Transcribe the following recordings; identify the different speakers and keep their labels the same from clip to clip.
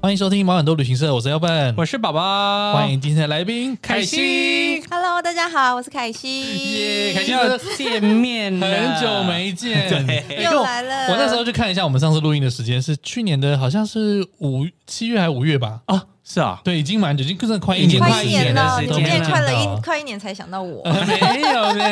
Speaker 1: 欢迎收听毛很多旅行社，我是 L 笨，
Speaker 2: 我是宝宝，
Speaker 1: 欢迎今天的来宾
Speaker 2: 凯西。
Speaker 3: Hello，大家好，我是凯西。
Speaker 1: 耶凯西啊
Speaker 2: 要见面了，
Speaker 1: 很久没见，
Speaker 2: 对
Speaker 1: 因为
Speaker 3: 又
Speaker 1: 哎我
Speaker 3: 来了
Speaker 1: 我那时候去看一下我们上次录音的时间是去年的，好像是五七月还五月吧？
Speaker 2: 啊，是啊，
Speaker 1: 对，已经蛮久，已经真的快一
Speaker 2: 已经
Speaker 1: 年，
Speaker 3: 快一
Speaker 2: 年
Speaker 3: 年
Speaker 2: 了
Speaker 3: 了，
Speaker 2: 时
Speaker 3: 你
Speaker 2: 间
Speaker 1: 都
Speaker 3: 今
Speaker 1: 没
Speaker 3: 天
Speaker 1: 见
Speaker 3: 快了
Speaker 1: 到
Speaker 3: 一快一年才想到我，
Speaker 1: 没有 呢。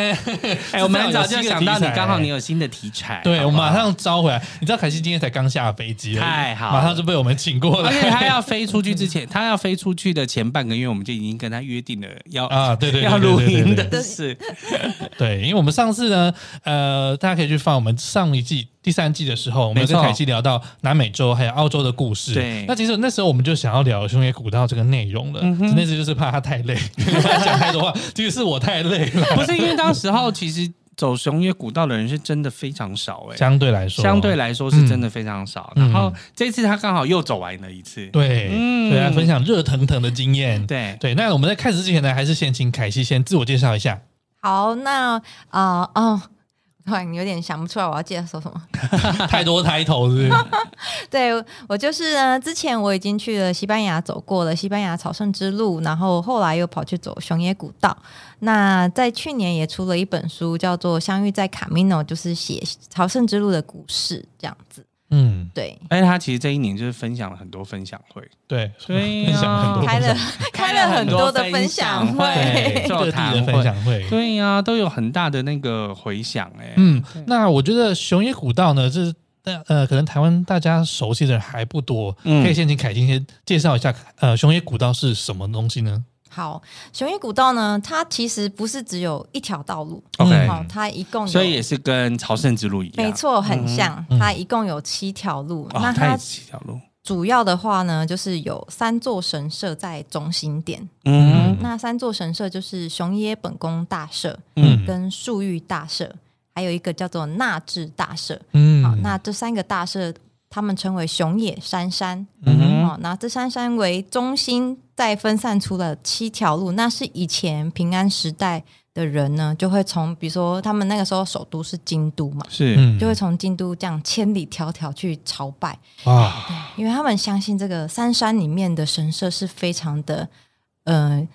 Speaker 2: 哎，我们很
Speaker 1: 至少
Speaker 2: 早
Speaker 1: 有新
Speaker 2: 就
Speaker 1: 的
Speaker 2: 想到
Speaker 1: 题
Speaker 2: 你，
Speaker 1: 材
Speaker 2: 刚好你有新的题材，
Speaker 1: 对，我
Speaker 2: 好不好
Speaker 1: 马上招回来。你知道凯西今天才刚下飞机而已，
Speaker 2: 太好了
Speaker 1: 马上就被我们请过
Speaker 2: 而且他
Speaker 1: 来。
Speaker 2: 要飞出去之前，他要飞出去的前半个月，我们就已经跟他约定了要
Speaker 1: 啊对对对
Speaker 2: 要
Speaker 1: 对
Speaker 2: 录
Speaker 1: 对对
Speaker 2: 音
Speaker 1: 对
Speaker 2: 的事。
Speaker 1: 对，因为我们上次呢，呃，大家可以去放我们上一季第三季的时候，我们
Speaker 2: 没
Speaker 1: 跟
Speaker 2: 错
Speaker 1: 凯西聊到南美洲还有澳洲的故事。
Speaker 2: 对嗯
Speaker 1: 那其实那时候我们就想要聊匈牙古道这个内容了，那次就是怕他太累， 他讲太多话，其实是我太累了。
Speaker 2: 不是因为当时候其实走熊野古道的人是真的非常少哎、
Speaker 1: 相对来说，啊
Speaker 2: 相对来说是真的非常少。
Speaker 1: 哦嗯
Speaker 2: 然后这次他刚好又走完了一次，
Speaker 1: 对，
Speaker 2: 嗯
Speaker 1: 对，来啊分享热腾腾的经验。
Speaker 2: 对
Speaker 1: 对，那我们在开始之前呢，还是先请凯西先自我介绍一下。
Speaker 3: 好，那啊、呃、哦，突然有点想不出来我要介绍什么。
Speaker 1: 太多抬头是不是？
Speaker 3: 对我就是呢，之前我已经去了西班牙走过了西班牙朝圣之路，然后后来又跑去走熊野古道。那在去年也出了一本书，叫做《相遇在卡米诺》，就是写朝圣之路的故事，这样子。
Speaker 1: 嗯，
Speaker 3: 对，
Speaker 2: 而且他其实这一年就是分享了很多分享会，
Speaker 1: 对，
Speaker 2: 对 呀
Speaker 1: 分享很多
Speaker 3: 开
Speaker 1: 分享
Speaker 3: 了开了很多的分享
Speaker 2: 对
Speaker 3: 会。
Speaker 2: 座
Speaker 1: 各地
Speaker 2: 谈
Speaker 1: 的
Speaker 2: 会
Speaker 1: 分享会。
Speaker 2: 对呀、都有很大的那个回响哎、
Speaker 1: 嗯，那我觉得熊野古道呢，这是大呃，可能台湾大家熟悉的人还不多，
Speaker 2: 嗯
Speaker 1: 可以先请凯欣先介绍一下，呃，熊野古道是什么东西呢？
Speaker 3: 好，雄野古道呢，它其实不是只有一条道路
Speaker 2: OK
Speaker 3: 嗯好它一共有
Speaker 2: 所以也是跟朝圣之路一样，
Speaker 3: 没错，很像，
Speaker 1: 嗯
Speaker 3: 它一共有七条路。
Speaker 2: 哦，
Speaker 3: 那
Speaker 2: 他也
Speaker 3: 它
Speaker 2: 是七条路，
Speaker 3: 主要的话呢，就是有三座神社在中心点。
Speaker 2: 嗯
Speaker 3: 那三座神社就是熊野本宫大社、
Speaker 1: 嗯
Speaker 3: 跟树玉大社，还有一个叫做纳智大社。
Speaker 1: 嗯，
Speaker 3: 好，那这三个大社，他们称为熊野三山。
Speaker 1: 嗯
Speaker 2: 哼
Speaker 3: 哦，那这三山为中心，再分散出了七条路。那是以前平安时代的人呢，就会从比如说他们那个时候首都是京都嘛，
Speaker 2: 是
Speaker 1: 嗯
Speaker 3: 就会从京都这样千里迢迢去朝拜，
Speaker 1: 啊，
Speaker 3: 因为他们相信这个三山里面的神社是非常的，呃，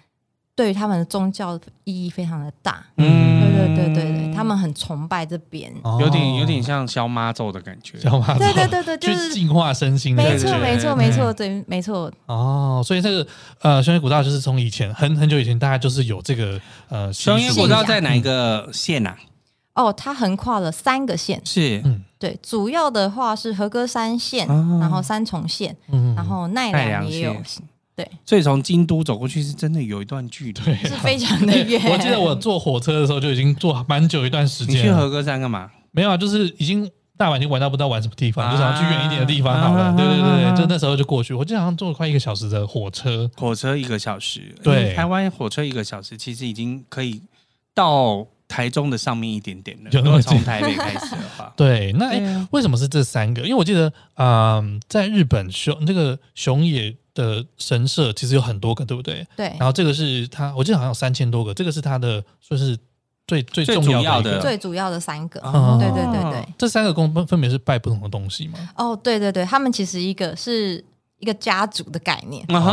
Speaker 3: 对于他们的宗教意义非常的大。
Speaker 2: 嗯
Speaker 3: 对
Speaker 1: 嗯
Speaker 3: 对对对对，他们很崇拜这边。
Speaker 1: 哦
Speaker 2: 有点有点像消妈咒的感觉，
Speaker 1: 小马
Speaker 3: 对对对对，就
Speaker 1: 去
Speaker 3: 是
Speaker 1: 净化身心的
Speaker 3: 没
Speaker 1: 感觉，
Speaker 3: 错，没错，
Speaker 1: 嗯对
Speaker 3: 没错，。对，没错，
Speaker 1: 哦，所以这个呃，熊野古道就是从以前很很久以前，大家就是有这个呃，习俗
Speaker 2: 熊野古道在哪一
Speaker 1: 嗯
Speaker 2: 个县啊？
Speaker 3: 哦，它横跨了三个县，
Speaker 2: 是
Speaker 1: 嗯
Speaker 3: 对，主要的话是和歌山县，
Speaker 2: 哦
Speaker 3: 然后三重县，
Speaker 1: 啊嗯，
Speaker 3: 然后奈
Speaker 2: 奈良
Speaker 3: 良也有
Speaker 2: 县，
Speaker 3: 对，
Speaker 2: 所以从京都走过去是真的有一段距离。
Speaker 3: 是非常的远。
Speaker 1: 啊 我记得我坐火车的时候就已经坐蛮久一段时
Speaker 2: 你
Speaker 1: 间
Speaker 2: 去
Speaker 1: 了，
Speaker 2: 和歌山干嘛？
Speaker 1: 没有啊，就是已经大阪已经玩到不知道玩什么地方，
Speaker 2: 啊
Speaker 1: 就想要去远一点的地方好了。
Speaker 2: 啊
Speaker 1: 对对对
Speaker 2: 啊
Speaker 1: 对，就那时候就过去，我记得好像坐了快一个小时的火车。
Speaker 2: 火车一个小时，
Speaker 1: 对
Speaker 2: 因为台湾火车一个小时，其实已经可以到台中的上面一点点了。
Speaker 1: 有
Speaker 2: 如
Speaker 1: 那
Speaker 2: 果
Speaker 1: 么近，
Speaker 2: 从台北开始的话
Speaker 1: 对，那、
Speaker 2: 对
Speaker 1: 诶
Speaker 2: 啊
Speaker 1: 为什么是这三个？因为我记得，嗯、在日本熊这个熊野的神社其实有很多个，对不对？
Speaker 3: 对
Speaker 1: 然，后这个是它，我记得好像有三千多个，这个是它的算是最最
Speaker 2: 最
Speaker 1: 重
Speaker 2: 主
Speaker 1: 要
Speaker 2: 要
Speaker 1: 的一
Speaker 2: 的
Speaker 1: 个。
Speaker 3: 最主要的三个，
Speaker 1: 啊
Speaker 2: 哦
Speaker 3: 对对对对。
Speaker 1: 这三个宫分分别是拜不同的东西嘛？
Speaker 3: 哦，对对对，他们其实一个是一个家族的概念。
Speaker 2: 啊哈，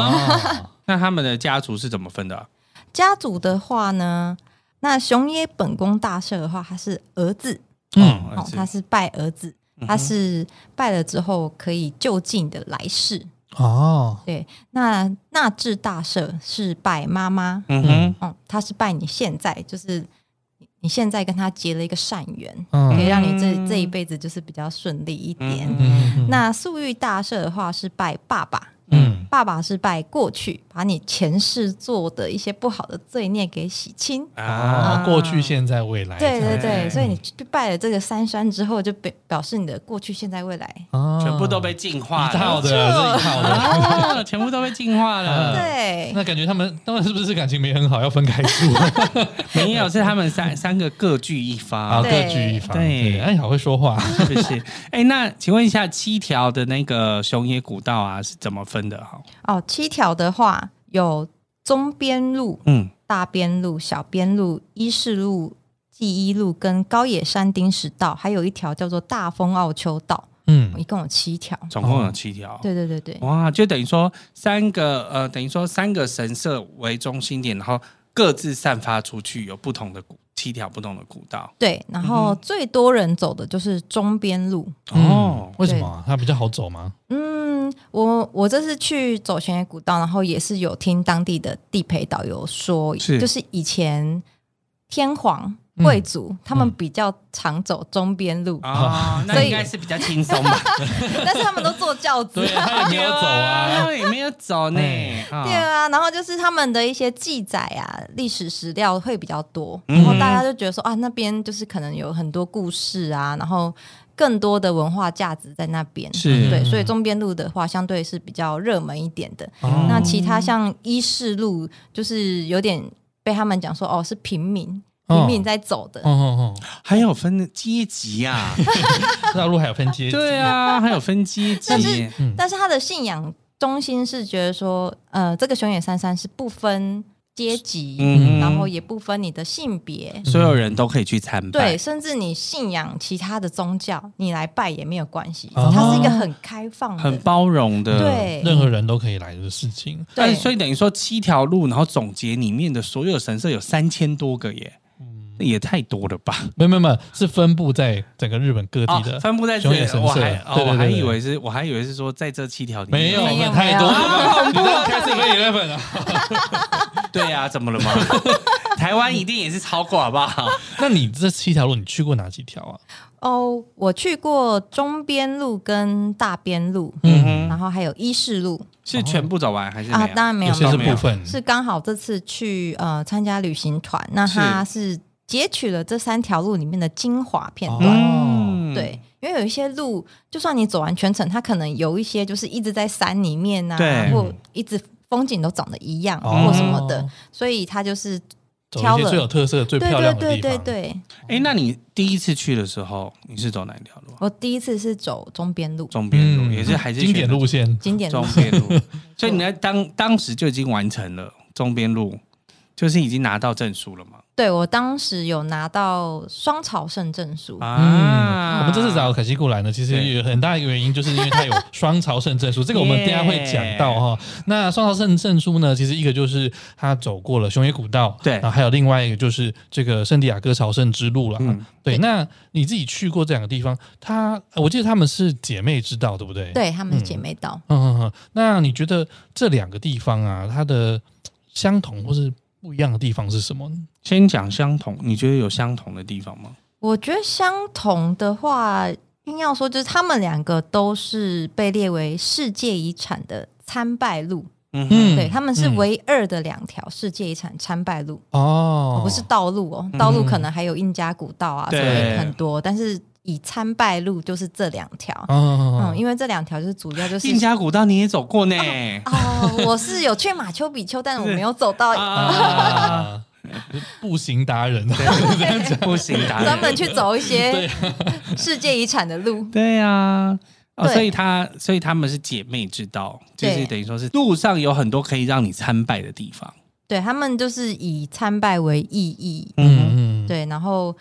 Speaker 1: 啊，
Speaker 2: 那他们的家族是怎么分的啊？
Speaker 3: 家族的话呢，那熊野本宫大社的话，他是儿子，
Speaker 1: 嗯，
Speaker 2: 儿
Speaker 3: 哦，
Speaker 2: 子
Speaker 3: 他是拜儿子，他是拜了之后可以就近的来世。
Speaker 1: 哦，
Speaker 3: 对，那纳智大社是拜妈妈，
Speaker 2: 嗯哼，
Speaker 3: 哦，他是拜你现在，就是你现在跟他结了一个善缘，
Speaker 1: 嗯
Speaker 3: 可以让你这这一辈子就是比较顺利一点。
Speaker 2: 嗯
Speaker 1: 嗯，嗯
Speaker 3: 那素玉大社的话是拜爸爸，
Speaker 1: 嗯
Speaker 3: 爸爸是拜过去，把你前世做的一些不好的罪孽给洗清。
Speaker 1: 啊，
Speaker 3: 啊
Speaker 1: 过去、现在、未来这
Speaker 3: 对
Speaker 1: 样，
Speaker 3: 对
Speaker 2: 嗯
Speaker 3: 对，所以你去拜了这个三山之后，就表表示你的过去、现在、未来。
Speaker 1: 啊
Speaker 2: 全部都被净化
Speaker 1: 一套
Speaker 2: 了，
Speaker 1: 的，这一套 的。
Speaker 2: 啊， 全部都被净化了。
Speaker 1: 嗯
Speaker 3: 对，
Speaker 1: 那感觉他们他们是不是感情没很好，要分开 住，
Speaker 2: 没有，是他们三三个各据一
Speaker 1: 然后
Speaker 2: 方，
Speaker 1: 各
Speaker 3: 对
Speaker 1: 据 一方？
Speaker 2: 对
Speaker 1: 哎，好会说话。
Speaker 2: 是不是？哎，那请问一下，七条的那个熊野古道啊，是怎么分的？哈，
Speaker 3: 哦，七条的话有中边路、
Speaker 2: 嗯，
Speaker 3: 大边路、小边路、伊势路、纪伊路跟高野山丁石道，还有一条叫做大丰澳丘道，
Speaker 1: 嗯
Speaker 3: 一共有七条。
Speaker 2: 总共有七条。
Speaker 3: 哦对对对对，
Speaker 2: 哇，就等于说三个呃，等于说三个神社为中心点，然后各自散发出去，有不同的古七条不同的古道。
Speaker 3: 对。然后最多人走的就是中边路。
Speaker 1: 哦
Speaker 2: 哦，
Speaker 1: 为什么啊它比较好走吗？
Speaker 3: 嗯，我我这次去走悬崖古道，然后也是有听当地的地陪导游说，
Speaker 2: 是
Speaker 3: 就是以前天皇
Speaker 1: 嗯
Speaker 3: 贵族、他们
Speaker 1: 嗯
Speaker 3: 比较常走中边路，
Speaker 2: 啊、那
Speaker 3: 所以
Speaker 2: 应该是比较轻松吧？
Speaker 3: 但是他们都坐轿子。
Speaker 1: 对，他也 没有走啊。
Speaker 2: 对，哎没有走呢。啊
Speaker 3: 对啊，然后就是他们的一些记载啊，历史史料会比较多，
Speaker 2: 嗯
Speaker 3: 然后大家就觉得说啊，那边就是可能有很多故事啊，然后更多的文化价值在那边。
Speaker 2: 是
Speaker 3: 对，所以中边路的话，相对是比较热门一点的。
Speaker 1: 哦
Speaker 2: 嗯
Speaker 3: 那其他像伊势路，就是有点被他们讲说哦，是平民
Speaker 1: 哦
Speaker 3: 平民在走的。
Speaker 1: 哦哦哦，
Speaker 2: 还有分阶级啊，
Speaker 1: 那路还有分阶级，
Speaker 2: 对啊，还有分阶
Speaker 3: 但
Speaker 2: 级
Speaker 3: 是。但是他的信仰中心是觉得说，呃，这个熊野三山是不分阶级，
Speaker 2: 嗯
Speaker 3: 然后也不分你的性别，
Speaker 2: 所有人都可以去参拜，
Speaker 3: 对，甚至你信仰其他的宗教，你来拜也没有关系，
Speaker 1: 哦
Speaker 3: 它是一个很开放的，
Speaker 2: 很包容的。，
Speaker 3: 对，
Speaker 1: 任何人都可以来的事情。
Speaker 2: 但
Speaker 3: 对，
Speaker 2: 所以等于说七条路，然后总结里面的所有神社有三千多个耶，
Speaker 1: 嗯
Speaker 2: 那也太多 了吧？
Speaker 1: 没有没有没有，是分布在整个日本各地的
Speaker 2: 哦、分布在这
Speaker 1: 熊野
Speaker 2: 里，
Speaker 1: 神
Speaker 2: 我
Speaker 1: 社
Speaker 2: 还哦
Speaker 1: 对对对
Speaker 2: 我还
Speaker 1: 对
Speaker 2: 以为是我还以为是说在这七条里面
Speaker 1: 没 有，
Speaker 3: 没有
Speaker 1: 没有
Speaker 3: 没有
Speaker 1: 太多
Speaker 2: 啊
Speaker 1: 了。你这样 开始跟 eleven 啊？
Speaker 2: 对呀、怎么了吗？ 台湾一定也是超过好不 好？
Speaker 1: 那你这七条路，你去过哪几条啊？
Speaker 3: 哦，我去过中边路跟大边路，
Speaker 1: 嗯
Speaker 2: 嗯
Speaker 3: 然后还有伊势路
Speaker 2: 是全部走完还是没有
Speaker 3: 啊，当然没
Speaker 1: 有
Speaker 3: 有，没
Speaker 1: 些
Speaker 3: 有
Speaker 1: 是
Speaker 3: 没有
Speaker 1: 部分，
Speaker 3: 是刚好这次去呃参加旅行团，那他是截取了这三条路里面的精华片段。
Speaker 1: 哦
Speaker 3: 对，因为有一些路，就算你走完全程，它可能有一些就是一直在山里面呐、
Speaker 2: 对
Speaker 3: 或一直风景都长得一样、
Speaker 1: 哦
Speaker 3: 或什么的，所以它就是
Speaker 1: 走
Speaker 3: 挑
Speaker 1: 一些
Speaker 3: 了
Speaker 1: 最有特色、最
Speaker 3: 对
Speaker 1: 漂
Speaker 3: 对
Speaker 1: 亮的
Speaker 3: 对
Speaker 1: 地
Speaker 3: 对
Speaker 1: 方。
Speaker 3: 对。
Speaker 2: 哎、那你第一次去的时候，你是走哪一条路啊？
Speaker 3: 我第一次是走中边路，
Speaker 2: 中边路、也是还
Speaker 1: 嗯
Speaker 2: 是
Speaker 1: 经典路线。
Speaker 3: 经典
Speaker 2: 选
Speaker 3: 路
Speaker 2: 择中边 路，所以你在当当时就已经完成了中边路，就是已经拿到证书了嘛？
Speaker 3: 对我当时有拿到双朝圣证书，
Speaker 1: 嗯，我们这次找凯西过来呢，其实
Speaker 2: 啊对
Speaker 1: 有很大一个原因，就是因为他有双朝圣 证书，这个我们等一下会讲到哈。那双朝圣证书呢，其实一个就是他走过了熊野古道，
Speaker 2: 对
Speaker 1: 然后还有另外一个就是这个圣地亚哥朝圣之路了。
Speaker 2: 嗯
Speaker 1: 对，那你自己去过这两个地方，他我记得他们是姐妹之道，对不对？，
Speaker 3: 对他们
Speaker 1: 嗯
Speaker 3: 是姐妹道。
Speaker 1: 嗯嗯嗯。那你觉得这两个地方啊，它的相同或是不一样的地方是什么呢？
Speaker 2: 先讲相同，你觉得有相同的地方吗？
Speaker 3: 我觉得相同的话，硬要说就是他们两个都是被列为世界遗产的参拜路，
Speaker 2: 嗯
Speaker 1: 嗯
Speaker 3: 对，他们是
Speaker 1: 嗯
Speaker 3: 唯二的两条世界遗产参拜路，
Speaker 1: 哦，嗯
Speaker 3: 不是道路哦，道路可能还有印加古道啊，
Speaker 2: 对
Speaker 3: 所以很多，但是以参拜路就是这两条，
Speaker 1: 哦，
Speaker 3: 嗯，因为这两条就是主要就是
Speaker 2: 印。加古道你也走过呢，
Speaker 3: 哦，我是有去马丘比丘，但我
Speaker 2: 是
Speaker 3: 没有走
Speaker 2: 啊
Speaker 3: 到，哦
Speaker 1: 啊，嗯步行达人，
Speaker 2: 不行，达
Speaker 3: 专门
Speaker 2: 人。
Speaker 3: 去走一
Speaker 1: 对
Speaker 3: 些 世界遗产的路。
Speaker 2: 对啊。哦，
Speaker 3: 对
Speaker 2: 所以他，所以他们是姐妹之道，就是
Speaker 3: 对
Speaker 2: 等于说是路上有很多可以让你参拜的地方。
Speaker 3: 对他们就是以参拜为意义，
Speaker 1: 嗯嗯，
Speaker 3: 对，然后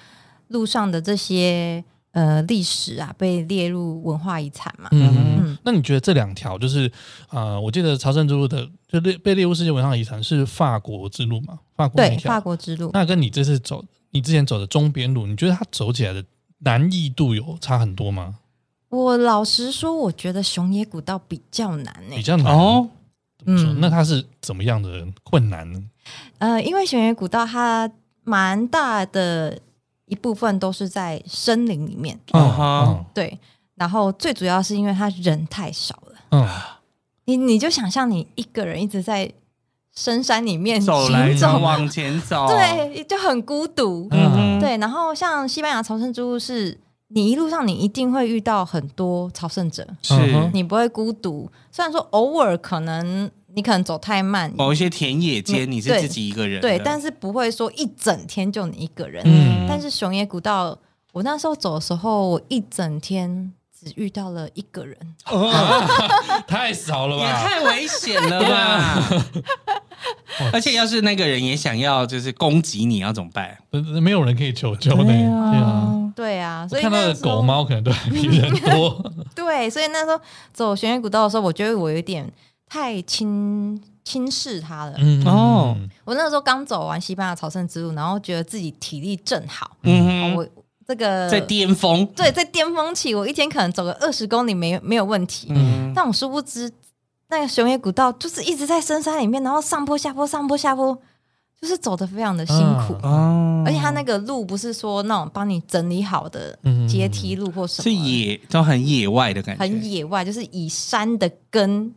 Speaker 3: 路上的这些呃历史啊，被列入文化遗产嘛。
Speaker 1: 嗯嗯
Speaker 3: 嗯。
Speaker 1: 那你觉得这两条就是呃，我记得朝圣之路的就列被列入世界文化遗产是法国之路嘛？法国那
Speaker 3: 对，
Speaker 1: 一
Speaker 3: 法
Speaker 1: 条。
Speaker 3: 国之路。
Speaker 1: 那跟你这次走，你之前走的中边路，你觉得它走起来的难易度有差很多吗？
Speaker 3: 我老实说，我觉得熊野古道比较难呢、
Speaker 1: 比较难
Speaker 2: 哦，
Speaker 1: 怎么说
Speaker 3: 嗯
Speaker 1: 那它是怎么样的困难呢？
Speaker 3: 呃，因为熊野古道它蛮大的一部分都是在森林里
Speaker 1: 嗯
Speaker 3: 面，
Speaker 2: 啊哈
Speaker 3: 对。然后最主要是因为它人太少了，
Speaker 1: 嗯嗯
Speaker 3: 你你就想象你一个人一直在深山里面
Speaker 2: 走来
Speaker 3: 行
Speaker 2: 走
Speaker 3: 走，
Speaker 2: 往前走，，
Speaker 3: 对，就很孤独。
Speaker 1: 嗯
Speaker 2: 嗯，，
Speaker 3: 对，然后像西班牙朝圣之路是，你一路上你一定会遇到很多朝圣者，
Speaker 1: 嗯
Speaker 2: 是
Speaker 1: 哼
Speaker 3: 你不会孤独。虽然说偶尔可能你可能走太慢，
Speaker 2: 某一些田野间，你是
Speaker 3: 嗯对
Speaker 2: 自己一个人的，
Speaker 3: 对，但是不会说一整天就你一个人。
Speaker 1: 嗯
Speaker 3: 但是熊野古道，我那时候走的时候，我一整天只遇到了一个人，
Speaker 1: 太少了
Speaker 2: 也
Speaker 1: 吧？
Speaker 2: 太危险了 吧！
Speaker 3: 啊
Speaker 2: 而且要是那个人也想要就是攻击你，要怎么办？
Speaker 1: 不是没有人可以求救的，对啊。
Speaker 3: 对啊，
Speaker 1: 我
Speaker 3: 所以
Speaker 1: 看到
Speaker 3: 那
Speaker 1: 的
Speaker 3: 时候
Speaker 1: 狗猫可能都还比人多，
Speaker 3: 对，所以那时候走熊野古道的时候，我觉得我有点太轻轻视它了。
Speaker 1: 嗯
Speaker 2: 哦
Speaker 3: 我那时候刚走完西班牙朝圣之路，然后觉得自己体力正好，
Speaker 2: 嗯哼，
Speaker 3: 哦我这个
Speaker 2: 在巅峰，
Speaker 3: 对在巅峰期，我一天可能走个二十公里没没有问题。
Speaker 2: 嗯，
Speaker 3: 但我殊不知，那个熊野古道就是一直在深山里面，然后上坡下坡上坡下坡，就是走的非常的辛苦。
Speaker 1: 啊
Speaker 2: 哦
Speaker 3: 而且它那个路不是说那种帮你整理好的
Speaker 1: 嗯
Speaker 3: 阶梯路或什么，
Speaker 2: 是野都很野外的感觉，
Speaker 3: 很野外，就是以山的根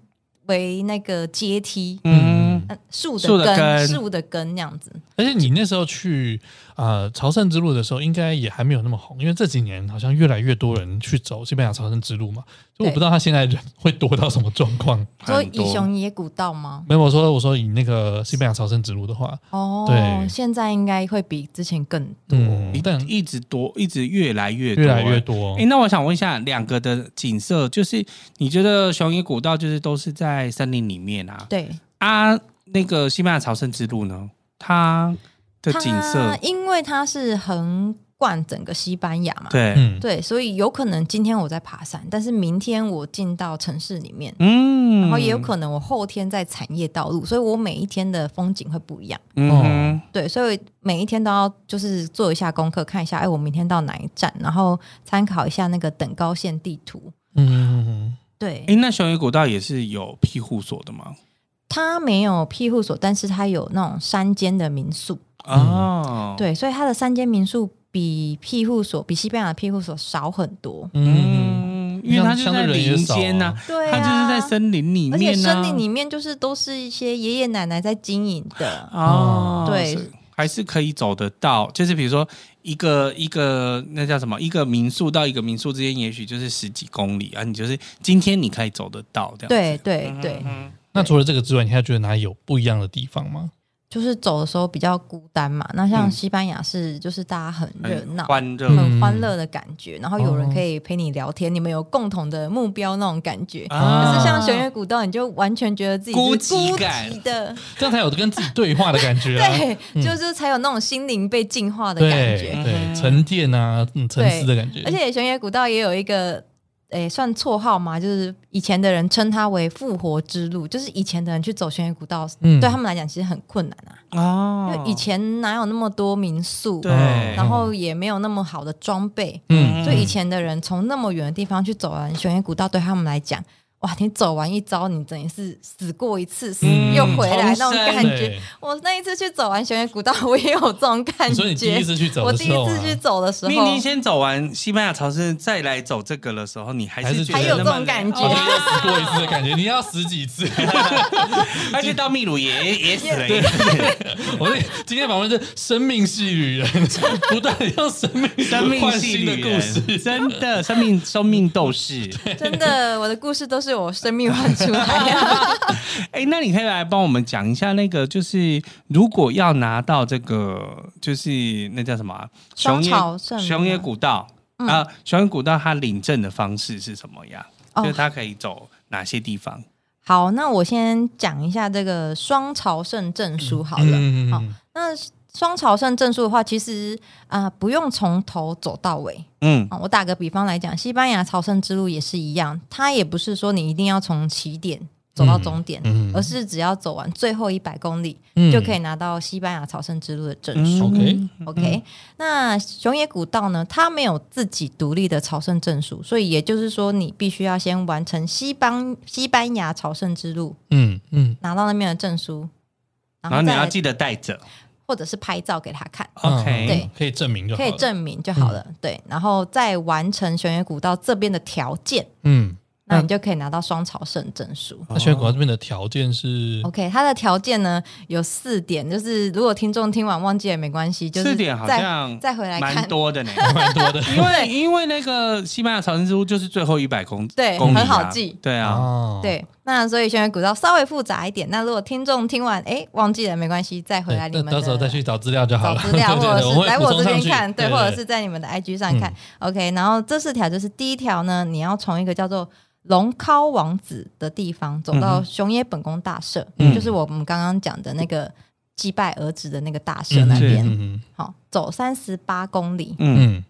Speaker 3: 为那个阶梯，
Speaker 2: 嗯，
Speaker 3: 呃树
Speaker 2: 树
Speaker 3: 的
Speaker 2: 的
Speaker 3: 根，
Speaker 2: 根
Speaker 3: 树的根那样子。
Speaker 1: 而且你那时候去呃朝圣之路的时候，应该也还没有那么红，因为这几年好像越来越多人去走西班牙朝圣之路嘛，所以我
Speaker 3: 对
Speaker 1: 不知道他现在人会多到什么状况。
Speaker 3: 所以
Speaker 2: 很多
Speaker 3: 以熊野古道吗？
Speaker 1: 没有，我说我说以那个西班牙朝圣之路的话，
Speaker 3: 哦，
Speaker 1: 对
Speaker 3: 现在应该会比之前更多。
Speaker 1: 嗯，但
Speaker 2: 一直多，一直越来越多
Speaker 1: 越来越多
Speaker 2: 哎、。那我想问一下，两个的景色，就是你觉得雄野古道就是都是在森林里面啊？
Speaker 3: 对，
Speaker 2: 啊，那个西班牙朝圣之路呢，它的景
Speaker 3: 它
Speaker 2: 色，
Speaker 3: 因为它是横贯整个西班牙嘛，
Speaker 2: 对，
Speaker 1: 嗯，
Speaker 3: 对，所以有可能今天我在爬山，但是明天我进到城市里面，
Speaker 2: 嗯，
Speaker 3: 然后也有可能我后天在产业道路，所以我每一天的风景会不一样。
Speaker 2: 嗯
Speaker 1: 哦
Speaker 2: 哼，
Speaker 3: 对，所以每一天都要就是做一下功课，看一下，哎，我明天到哪一站，然后参考一下那个等高线地图。
Speaker 1: 嗯嗯嗯
Speaker 3: 对，
Speaker 2: 哎、那雄野古道也是有庇护所的吗？
Speaker 3: 它没有庇护所，但是它有那种山间的民宿。
Speaker 2: 哦，，
Speaker 3: 对，所以它的山间民宿比庇护所，比西班牙的庇护所少很多。
Speaker 1: 嗯嗯，
Speaker 2: 嗯，因为它就是
Speaker 1: 相
Speaker 2: 在
Speaker 1: 对人也
Speaker 2: 林
Speaker 1: 少啊
Speaker 2: 间呐、
Speaker 3: 对、
Speaker 2: 它
Speaker 3: 啊，
Speaker 2: 就是在森林里面、啊，
Speaker 3: 而且森林里面就是都是一些爷爷奶奶在经营的。
Speaker 2: 哦，
Speaker 3: 对
Speaker 2: 是，还是可以走得到。就是比如说一个一个那叫什么，一个民宿到一个民宿之间，也许就是十几公里啊。你就是今天你可以走得到这样。
Speaker 3: 对对对，
Speaker 2: 嗯
Speaker 1: 那除了这个之外，你还觉得哪里有不一样的地方吗？
Speaker 3: 就是走的时候比较孤单嘛。那像
Speaker 2: 嗯
Speaker 3: 西班牙是就是大家很热
Speaker 2: 很
Speaker 3: 闹。
Speaker 2: 欢乐
Speaker 1: 嗯
Speaker 3: 很欢乐的感觉，然后有人可以陪你聊天，你们有共同的目标那种感觉。
Speaker 1: 啊
Speaker 3: 可是像熊野古道，你就完全觉得自己是
Speaker 2: 孤
Speaker 3: 孤
Speaker 2: 寂
Speaker 3: 寂
Speaker 2: 感
Speaker 3: 的，
Speaker 1: 这样才有跟自己对话的感觉啊。
Speaker 3: 对，就是才有那种心灵被净化的
Speaker 1: 对
Speaker 3: 感觉。
Speaker 1: 对，沉淀啊，嗯，沉思的感觉。
Speaker 3: 而且熊野古道也有一个。诶，算绰号嘛，就是以前的人称它为“复活之路”，就是以前的人去走熊野古道，
Speaker 1: 嗯
Speaker 3: 对他们来讲其实很困难啊，因
Speaker 2: 哦
Speaker 3: 为以前哪有那么多民宿，
Speaker 2: 对
Speaker 1: 嗯
Speaker 3: 然后也没有那么好的装备，
Speaker 1: 嗯，
Speaker 3: 所以以前的人从那么远的地方去走完熊野古道，对他们来讲，哇，你走完一遭，你等于是死过一次，死
Speaker 2: 嗯
Speaker 3: 又回来那
Speaker 2: 重
Speaker 3: 种
Speaker 2: 生
Speaker 3: 感觉。
Speaker 1: 对，
Speaker 3: 我那一次去走完熊野古道，我也有这种感
Speaker 1: 你
Speaker 3: 觉。
Speaker 1: 说你第一次去走
Speaker 3: 我
Speaker 1: 的
Speaker 3: 第
Speaker 1: 时候
Speaker 3: 一
Speaker 1: 啊，
Speaker 3: 次去走的时候，
Speaker 2: 明明先走完西班牙朝圣，再来走这个的时候，你还
Speaker 1: 还是
Speaker 2: 是觉
Speaker 1: 还
Speaker 2: 得
Speaker 1: 有
Speaker 2: 那
Speaker 3: 这
Speaker 2: 么
Speaker 3: 种
Speaker 2: 累
Speaker 3: 感觉
Speaker 1: 我觉
Speaker 2: 哦
Speaker 1: 得死过一次的感觉，你要死几次？
Speaker 2: 而且到秘鲁也也死了一次，
Speaker 1: 我们今天访问是生命系旅人，不断地用生命
Speaker 2: 生命
Speaker 1: 换
Speaker 2: 系
Speaker 1: 新的
Speaker 2: 旅
Speaker 1: 故
Speaker 2: 人，
Speaker 1: 事。
Speaker 2: 真的生命生命斗士。
Speaker 3: 真的，我的故事都是我生命换出来的。
Speaker 2: 哎、那你可以来帮我们讲一下那个，就是如果要拿到这个，就是那叫什么啊、
Speaker 3: 双
Speaker 2: 熊野
Speaker 3: 朝圣吗
Speaker 2: 熊野古道
Speaker 3: 嗯
Speaker 2: 啊，熊野古道它领证的方式是什么呀？
Speaker 3: 哦
Speaker 2: 就是它可以走哪些地方？
Speaker 3: 好，那我先讲一下这个双朝圣证书好了。
Speaker 1: 嗯
Speaker 3: 好，那双朝圣证书的话，其实啊、呃不用从头走到尾，
Speaker 2: 嗯
Speaker 3: 啊，我打个比方来讲，西班牙朝圣之路也是一样，它也不是说你一定要从起点走到终点，
Speaker 1: 嗯
Speaker 3: 而是只要走完最后一百公里、
Speaker 1: 嗯
Speaker 3: 就可以拿到西班牙朝圣之路的证
Speaker 2: 嗯
Speaker 3: 书。
Speaker 1: OK
Speaker 3: OK，、那
Speaker 1: 嗯
Speaker 3: 熊野古道呢，它没有自己独立的朝圣证书，所以也就是说，你必须要先完成西班西班牙朝圣之路，
Speaker 1: 嗯嗯
Speaker 3: 拿到那边的证书，然
Speaker 2: 然后你
Speaker 3: 再
Speaker 2: 要
Speaker 3: 来
Speaker 2: 记得带着。
Speaker 3: 或者是拍照给他看。
Speaker 2: OK，
Speaker 3: 对，
Speaker 1: 嗯可以证明就好
Speaker 3: 可以
Speaker 1: 了。嗯
Speaker 3: 证明就好了，对，然后再完成熊野古道这边的条件，
Speaker 1: 嗯，
Speaker 3: 那你就可以拿到双朝圣证书。
Speaker 1: 那
Speaker 2: 哦
Speaker 1: 熊野古道这边的条件是
Speaker 3: OK，它的条件呢有四点，就是如果听众听完忘记也没关系，就是
Speaker 2: 四点好
Speaker 3: 再
Speaker 2: 像
Speaker 3: 再回来看
Speaker 2: 蛮，多 的呢。
Speaker 1: 蛮多的
Speaker 2: 因 为因为那个西班牙朝圣之路就是最后一百公
Speaker 3: 对
Speaker 2: 公里啊
Speaker 3: 很好记
Speaker 2: 对啊，
Speaker 1: 哦，
Speaker 3: 对，那所以轩辕古道稍微复杂一点。那如果听众听完哎忘记了没关系，再回
Speaker 1: 对，
Speaker 3: 来你
Speaker 1: 到
Speaker 3: 们
Speaker 1: 到时候再
Speaker 3: 的
Speaker 1: 去找资料就好
Speaker 3: 找
Speaker 1: 了。
Speaker 3: 资 料，
Speaker 1: 对对
Speaker 3: 或者
Speaker 1: 对我
Speaker 3: 是
Speaker 1: 会
Speaker 3: 来
Speaker 1: 补
Speaker 3: 我
Speaker 1: 充
Speaker 3: 这
Speaker 1: 上
Speaker 3: 边
Speaker 1: 去
Speaker 3: 看，对，
Speaker 1: 对，嗯
Speaker 3: 或者是在你们的 IG 上看。OK，然后这四条就是第一条呢，你要从一个叫做龙尻王子的地方走
Speaker 2: 嗯
Speaker 3: 到
Speaker 2: 哼
Speaker 3: 熊野本宫大社，
Speaker 1: 嗯
Speaker 3: 就是我们刚刚讲的那个祭拜儿子的那个大社
Speaker 1: 嗯
Speaker 3: 那
Speaker 2: 是
Speaker 3: 边。
Speaker 1: 嗯
Speaker 3: 好，走三十八公里，
Speaker 2: 嗯，
Speaker 1: 嗯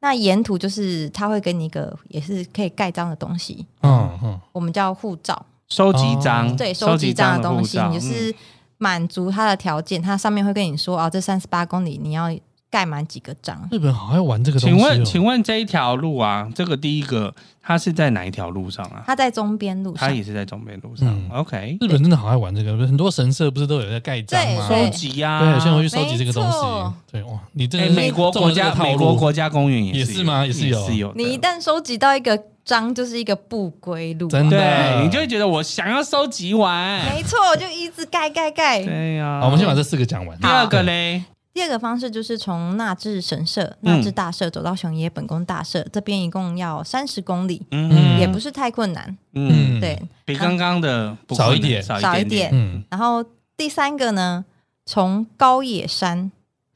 Speaker 3: 那沿途就是他会给你一个也是可以盖章的东西，
Speaker 1: 嗯嗯，
Speaker 3: 我们叫护照，
Speaker 2: 收集章
Speaker 1: 哦，
Speaker 3: 对，收
Speaker 2: 收
Speaker 3: 集这
Speaker 2: 章
Speaker 3: 样的东西，
Speaker 2: 护照
Speaker 1: 嗯
Speaker 3: 你就是满足他的条件，他上面会跟你说啊，这三十八公里你要盖满几个章。
Speaker 1: 日本好爱玩这个东西
Speaker 2: 请
Speaker 1: 哦。
Speaker 2: 问，请问这一条路啊，这个第一个，它是在哪一条路上啊？
Speaker 3: 他在中边路
Speaker 2: 它
Speaker 3: 上，
Speaker 2: 也是在中边路上。
Speaker 1: 嗯
Speaker 2: OK，
Speaker 1: 日本真的好爱玩这个，很多神社不是都有在盖章吗？
Speaker 2: 收
Speaker 3: 对
Speaker 1: 对，
Speaker 2: 集啊，
Speaker 1: 现在会去收集这个东
Speaker 3: 没错
Speaker 1: 西。对，哇，你真
Speaker 2: 哎
Speaker 1: 的是
Speaker 2: 美国
Speaker 1: 中了
Speaker 2: 国
Speaker 1: 这个
Speaker 2: 家
Speaker 1: 套
Speaker 2: 美
Speaker 1: 路
Speaker 2: 国国家公园
Speaker 1: 也
Speaker 2: 也
Speaker 1: 是吗也
Speaker 2: 也
Speaker 1: 是有
Speaker 2: 有，有的。
Speaker 3: 你一旦收集到一个章，就是一个不归路。
Speaker 1: 真的
Speaker 2: 对，你就会觉得我想要收集完。
Speaker 3: 没错，就一直盖盖盖。
Speaker 2: 对呀、
Speaker 1: 好，我们先把这四个讲完。
Speaker 2: 第二个嘞，
Speaker 3: 第二个方式就是从纳智神社、
Speaker 2: 嗯
Speaker 3: 纳智大社走到熊野本宫大社，这边一共要三十公里，
Speaker 1: 嗯
Speaker 3: 也不是太困难。
Speaker 2: 嗯，
Speaker 3: 对，
Speaker 2: 比刚刚的不
Speaker 1: 少一
Speaker 2: 困难
Speaker 1: 点
Speaker 2: 少
Speaker 3: 少一
Speaker 2: 一点
Speaker 3: 点
Speaker 1: 嗯
Speaker 3: 然后第三个呢，从高野山，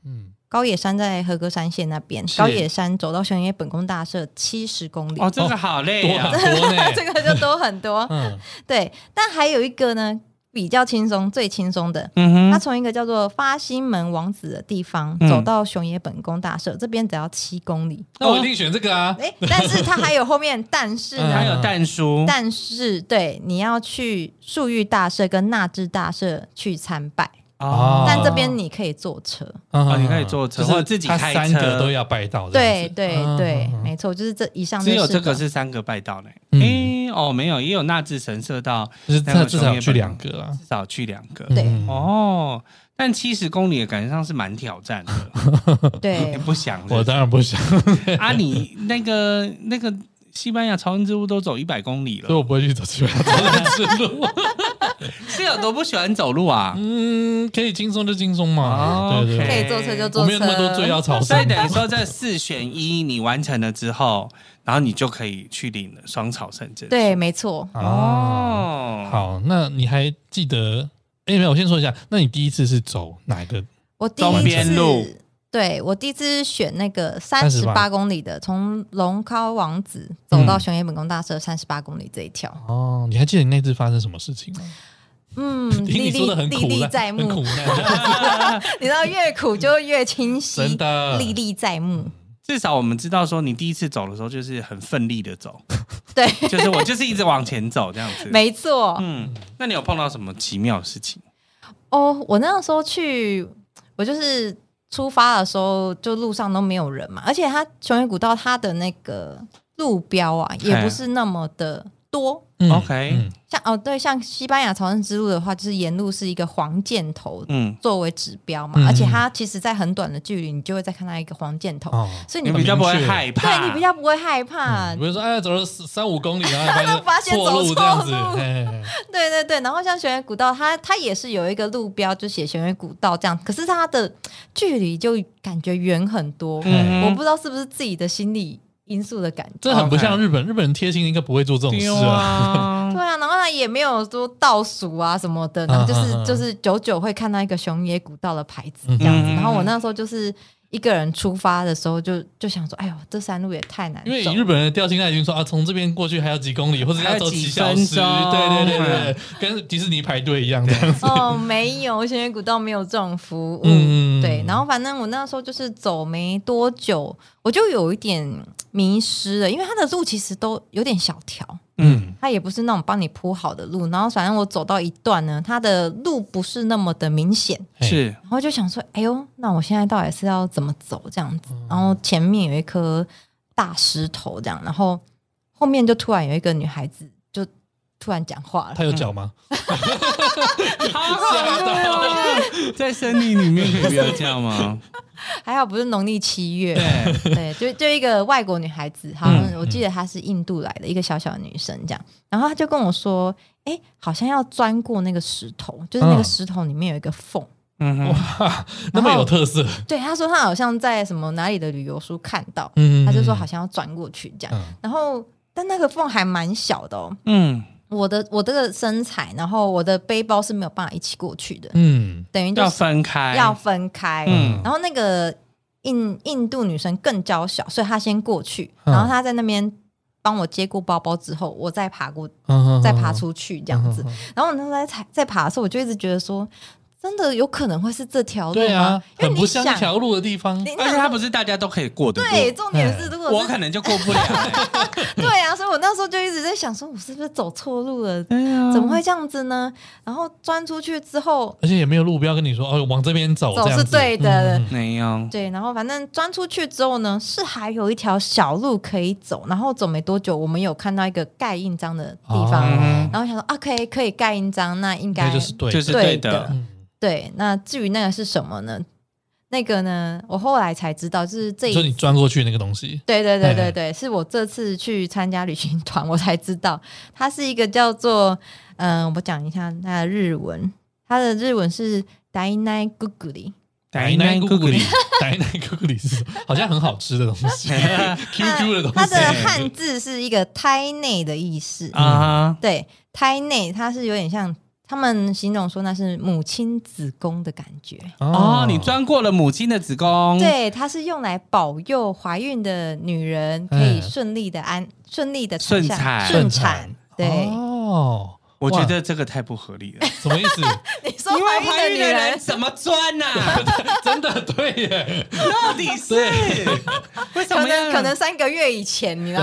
Speaker 1: 嗯，
Speaker 3: 高野山在和歌山县那边，
Speaker 2: 是
Speaker 3: 高野山走到熊野本宫大社七十公里。
Speaker 2: 哦，这个好累
Speaker 1: 多
Speaker 2: 啊
Speaker 1: 很！多呢。
Speaker 3: 这个就多很多，
Speaker 2: 哦
Speaker 1: 嗯，
Speaker 3: 对。但还有一个呢，比较轻松，最轻松的，
Speaker 2: 嗯
Speaker 3: 他
Speaker 2: 哼，
Speaker 3: 从一个叫做发心门王子的地方
Speaker 2: 嗯
Speaker 3: 走到熊野本宫大社，这边只要七 公里。
Speaker 1: 那我一定选这个啊。
Speaker 3: 哎、但是他还有后面，但是
Speaker 1: 嗯
Speaker 2: 还
Speaker 3: 呢，
Speaker 2: 有蛋叔，
Speaker 3: 但是对，你要去树玉大社跟纳智大社去参拜，
Speaker 1: 哦
Speaker 3: 但这边你可以坐车。
Speaker 1: 啊
Speaker 2: 哦你可以坐车
Speaker 1: 就是
Speaker 2: 或者自己
Speaker 1: 它
Speaker 2: 开
Speaker 1: 三个
Speaker 2: 车
Speaker 1: 都要拜到。
Speaker 3: 对对对，
Speaker 1: 嗯嗯嗯
Speaker 3: 没错，就是这以上
Speaker 2: 只有
Speaker 3: 就是
Speaker 2: 这个是三个拜道嘞。
Speaker 1: 嗯
Speaker 2: 诶，哦，没有，也有纳智神社到，
Speaker 1: 就是
Speaker 2: 那
Speaker 1: 至
Speaker 2: 个
Speaker 1: 至
Speaker 2: 熊
Speaker 1: 少
Speaker 2: 野
Speaker 1: 去
Speaker 2: 本
Speaker 1: 两
Speaker 2: 宫
Speaker 1: 个啦。
Speaker 2: 至少去两个。
Speaker 3: 对
Speaker 1: 嗯，
Speaker 2: 哦，但七十公里的感觉上是蛮挑战的，你
Speaker 3: 对
Speaker 2: 不想
Speaker 1: 我
Speaker 2: 是
Speaker 1: 当然不想，
Speaker 2: 不是啊？你那个那个西班牙朝圣之路都走一百公里
Speaker 1: 所以
Speaker 2: 了，
Speaker 1: 我不会去走西班牙朝圣之路。
Speaker 2: 是有多不喜欢走路啊？
Speaker 1: 嗯，可以轻松就轻松嘛。
Speaker 2: 哦
Speaker 1: 对对
Speaker 2: OK
Speaker 3: 可
Speaker 1: 对，
Speaker 3: 以坐车就
Speaker 1: 我
Speaker 3: 坐
Speaker 1: 没
Speaker 3: 车。
Speaker 1: 有那么多罪要朝
Speaker 2: 所以
Speaker 1: 圣。
Speaker 2: 等于说这四选一你完成了之后，然后你就可以去领了双朝圣证。
Speaker 3: 对，没错，
Speaker 1: 哦，
Speaker 2: 哦，，
Speaker 1: 好，那你还记得？哎，没有，我先说一下，那你第一次是走哪个？
Speaker 3: 我第一
Speaker 2: 中边路
Speaker 3: 次。对我第一次选那个三十八公里的，从龙尻王子走
Speaker 1: 嗯
Speaker 3: 到熊野本宫大社三十八公里这一条，
Speaker 1: 哦，你还记得你那次发生什么事情吗？
Speaker 3: 嗯，
Speaker 1: 听
Speaker 3: 历
Speaker 1: 你
Speaker 3: 历
Speaker 1: 说的很
Speaker 3: 历
Speaker 1: 苦
Speaker 3: 历
Speaker 1: 难，
Speaker 3: 在
Speaker 1: 很苦
Speaker 3: 目。
Speaker 1: 难，
Speaker 3: 你知道越苦就越清
Speaker 1: 真
Speaker 3: 晰，
Speaker 1: 的。
Speaker 3: 历历在目。
Speaker 2: 至少我们知道说你第一次走的时候就是很奋力的走，
Speaker 3: 对，
Speaker 2: 就是我就是一直往前走这样子。
Speaker 3: 没错。
Speaker 2: 嗯，那你有碰到什么奇妙的事情？
Speaker 3: 哦，我那时候去，我就是出发的时候，就路上都没有人嘛，而且它熊野古道它的那个路标啊，也不是那么的多。
Speaker 1: 嗯
Speaker 2: OK
Speaker 1: 嗯
Speaker 3: 像哦，对，像西班牙朝圣之路的话，就是沿路是一个黄箭头
Speaker 2: 嗯，
Speaker 3: 作为指标嘛，
Speaker 1: 嗯
Speaker 3: 而且它其实在很短的距离，你就会再看到一个黄箭头，
Speaker 1: 哦，
Speaker 3: 所以
Speaker 2: 你
Speaker 3: 你
Speaker 2: 比较不会
Speaker 1: 很明确
Speaker 2: 害怕，
Speaker 3: 对你比较不会害怕。
Speaker 1: 嗯比如说，哎，走了三三五公里，然后
Speaker 3: 发现
Speaker 1: 错
Speaker 3: 走
Speaker 1: 路
Speaker 3: 错
Speaker 1: 这样子，
Speaker 3: 路
Speaker 1: 哎，哎哎
Speaker 3: 对对对，然后像悬崖古道，它它也是有一个路标，就写悬崖古道这样，可是它的距离就感觉远很多。
Speaker 2: 嗯
Speaker 3: 我不知道是不是自己的心理因素的感觉。
Speaker 1: 这很不像日本，日本人贴心应该不会做这种事
Speaker 2: 丢
Speaker 1: 啊。
Speaker 2: 啊
Speaker 3: 对。啊，然后他也没有说倒数啊什么的，然后就是、
Speaker 1: 嗯嗯嗯
Speaker 3: 就是久久会看到一个熊野古道的牌子这样子。
Speaker 2: 嗯
Speaker 3: 然后我那时候就是一个人出发的时候就，就想说，哎呦，这山路也太难
Speaker 1: 因为
Speaker 3: 走
Speaker 1: 以日
Speaker 3: 了。
Speaker 1: 本人的调性，他已经说啊，从这边过去还有几公里，或者要走几小时，
Speaker 2: 还有几分
Speaker 1: 对
Speaker 2: 钟
Speaker 1: 对对对，跟迪士尼排队一样这样子。
Speaker 3: 哦，没有，悬崖古道没有这种服务。
Speaker 1: 嗯
Speaker 3: 对，然后反正我那时候就是走没多久，我就有一点迷失了，因为它的路其实都有点小条，
Speaker 1: 嗯
Speaker 3: 它也不是那种帮你铺好的路。然后反正我走到一段呢，它的路不是那么的明显，
Speaker 2: 是
Speaker 3: 然后就想说，哎呦，那我现在到底是要怎么走这样子？
Speaker 1: 嗯
Speaker 3: 然后前面有一颗大石头这样，然后后面就突然有一个女孩子就突然讲话了
Speaker 1: 他。有脚吗？
Speaker 2: 好好在森林里面可以不要这样吗？
Speaker 3: 还好不是农历七月，
Speaker 1: 对，
Speaker 3: 对，就就一个外国女孩子，好像
Speaker 1: 嗯
Speaker 3: 我记得她是印度来的一个小小的女生这样，然后她就跟我说，哎、好像要钻过那个石头，就是那个
Speaker 1: 嗯
Speaker 3: 石头里面有一个缝。
Speaker 2: 嗯哼，
Speaker 1: 哇，那么有特色，
Speaker 3: 对，她说她好像在什么哪里的旅游书看到，
Speaker 1: 嗯，
Speaker 3: 她就说好像要钻过去这样，
Speaker 1: 嗯，
Speaker 3: 然后但那个缝还蛮小的哦。
Speaker 2: 嗯，
Speaker 3: 我的我这个身材，然后我的背包是没有办法一起过去的，
Speaker 1: 嗯
Speaker 3: 等于就
Speaker 2: 要
Speaker 3: 是
Speaker 2: 分开，
Speaker 3: 要分开。
Speaker 1: 嗯
Speaker 3: 然后那个印印度女生更娇小，所以她先过去，
Speaker 1: 嗯
Speaker 3: 然后她在那边帮我接过包包之后，我再爬过，
Speaker 1: 嗯，
Speaker 3: 再爬出去这样子
Speaker 1: 嗯。，
Speaker 3: 然后我那时候在踩在爬的时候，我就一直觉得说，真的有可能会是这条路
Speaker 1: 对
Speaker 3: 吗
Speaker 1: 啊？，
Speaker 3: 因
Speaker 1: 很
Speaker 3: 为
Speaker 1: 不
Speaker 3: 你
Speaker 1: 像
Speaker 3: 想，
Speaker 1: 一条路的地方，
Speaker 3: 你
Speaker 2: 而且它
Speaker 3: 想
Speaker 2: 不
Speaker 3: 说
Speaker 2: 是大家都可以过的路，
Speaker 3: 对，重点
Speaker 1: 嗯
Speaker 3: 是如果
Speaker 2: 我
Speaker 3: 是
Speaker 2: 可能就过不了、欸。
Speaker 3: 对啊，所以我那时候就一直在想，说我是不是走错路了？
Speaker 2: 哎呀
Speaker 3: 怎么
Speaker 1: 嗯
Speaker 3: 会这样子呢？然后钻出去之后，
Speaker 1: 而且也没有路标跟你说哦，往这边走，
Speaker 3: 走
Speaker 1: 这样子
Speaker 3: 是对的
Speaker 1: 嗯嗯嗯
Speaker 2: 没有？
Speaker 3: 对，然后反正钻出去之后呢，是还有一条小路可以走。然后走没多久，我们有看到一个盖印章的地方，
Speaker 1: 哦
Speaker 3: 然后想说啊，可以可以盖印章，那应该
Speaker 1: 那就是对的，
Speaker 2: 就是
Speaker 3: 对
Speaker 2: 对
Speaker 3: 的
Speaker 2: 的，
Speaker 1: 嗯
Speaker 3: 对。那至于那个是什么呢？那个呢，我后来才知道，就是这
Speaker 1: 你说
Speaker 3: 一。
Speaker 1: 你钻过去那个东西，
Speaker 3: 对对对
Speaker 1: 哎
Speaker 3: 对对，是我这次去参加旅行团， 我才知道它是一个叫做，嗯、我讲一下它的日文，它的日文是 “dainai guguri”，
Speaker 1: 奶奶咕 咕里，奶奶咕咕里是什么好像很好吃的东 西，QQ 的东
Speaker 3: 它的
Speaker 1: 西，
Speaker 3: 汉字是一个胎内的意思。
Speaker 2: 啊，
Speaker 3: 对，胎内它是有点像他们形容说那是母亲子宫的感觉。
Speaker 2: 哦，你钻过了母亲的子宫，，
Speaker 3: 对，它是用来保佑怀孕的女人可以
Speaker 1: 嗯
Speaker 3: 顺利的安、顺利的
Speaker 2: 顺产
Speaker 3: 顺
Speaker 1: 顺
Speaker 3: 产
Speaker 1: 产。
Speaker 3: 对，
Speaker 1: 哦，
Speaker 2: 我觉得这个太不合理了。
Speaker 1: 什么意 思？
Speaker 3: 你 说
Speaker 2: 因为
Speaker 3: 怀
Speaker 2: 怀
Speaker 3: 孕
Speaker 2: 孕
Speaker 3: 的女
Speaker 2: 的
Speaker 3: 人
Speaker 2: 人怎么钻呐、
Speaker 1: 真的对耶，
Speaker 2: 到底是啊为什
Speaker 3: 可
Speaker 2: 么
Speaker 3: 能
Speaker 2: 要
Speaker 3: 可能三个月以前，你知道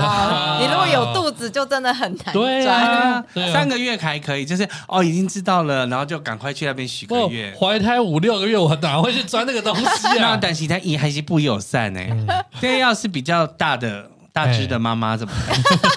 Speaker 1: 哇
Speaker 3: 吗？你如果有肚子，就真的很难
Speaker 1: 对
Speaker 3: 钻。
Speaker 1: 啊对啊
Speaker 2: 三个月还可以，就是哦已经知道了，然后就赶快去那边许个
Speaker 1: 我
Speaker 3: 嗯
Speaker 2: 愿。
Speaker 1: 怀胎五六个月，我哪会去钻那个东西
Speaker 2: 那
Speaker 1: 啊？
Speaker 2: 但是他也还是不友善呢、欸。这、要是比较大的大只的妈妈怎么办？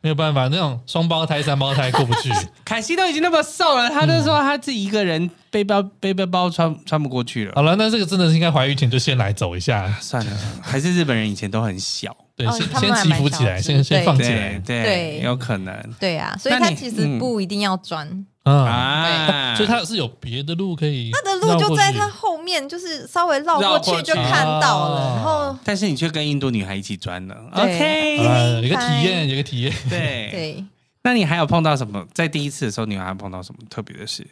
Speaker 1: 没有办法，那种双胞胎、三胞胎过不 去。
Speaker 3: 啊
Speaker 2: 凯西都已经那么瘦了，她就说她自己一个人背包背背包穿穿不过去了。
Speaker 1: 好了，那这个真的是应该怀孕前就先来走一下，
Speaker 2: 算了，还是日本人以前都很小，
Speaker 1: 对，
Speaker 3: 哦
Speaker 1: 先
Speaker 3: 他们
Speaker 1: 先
Speaker 3: 还
Speaker 1: 祈
Speaker 3: 蛮
Speaker 1: 福
Speaker 3: 小
Speaker 1: 起来，
Speaker 3: 只
Speaker 1: 先先
Speaker 3: 对
Speaker 1: 放起
Speaker 2: 对
Speaker 1: 来
Speaker 2: 对
Speaker 3: 对，
Speaker 2: 有可能
Speaker 3: 对啊，所以
Speaker 2: 那
Speaker 3: 它
Speaker 2: 你
Speaker 3: 其实
Speaker 2: 嗯
Speaker 3: 不一定要钻，
Speaker 1: 啊。
Speaker 2: 啊。
Speaker 1: 所以他是有别的路可以
Speaker 3: 它的
Speaker 1: 绕
Speaker 3: 路
Speaker 1: 过去，
Speaker 3: 就在它后面，就是稍微绕过
Speaker 2: 绕过
Speaker 3: 去就
Speaker 2: 去
Speaker 3: 看到了。
Speaker 1: 哦
Speaker 3: 然后
Speaker 2: 但是你却跟印度女孩一起钻了
Speaker 3: 对
Speaker 1: 好
Speaker 2: ，OK？
Speaker 1: 啦啊有一个体验，有一个体验。
Speaker 2: 对
Speaker 3: 对
Speaker 2: 那你还有碰到什么？在第一次的时候，你还碰到什么特别的事？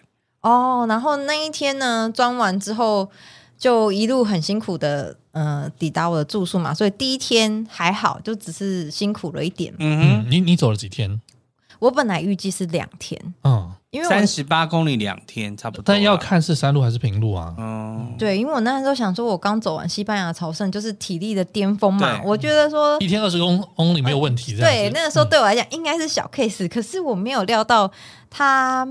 Speaker 3: 哦，然后那一天呢，装完之后就一路很辛苦的，呃，抵达我的住宿嘛。所以第一天还好，就只是辛苦了一点。
Speaker 2: 嗯
Speaker 1: 嗯，你你走了几天？
Speaker 3: 我本来预计是两天，
Speaker 1: 嗯，
Speaker 2: 哼，
Speaker 3: 因为我
Speaker 2: 三十八公里两天差不多，
Speaker 1: 但要，看是山路还是平路啊。
Speaker 2: 嗯，
Speaker 3: 对，因为我那时候想说，我刚走完西班牙朝圣，就是体力的巅峰嘛。
Speaker 2: 对
Speaker 3: 我觉得说，
Speaker 1: 一天二十公公里没有问题，这样子嗯
Speaker 3: 对那个时候对我来讲应该是小 case，可是我没有料到它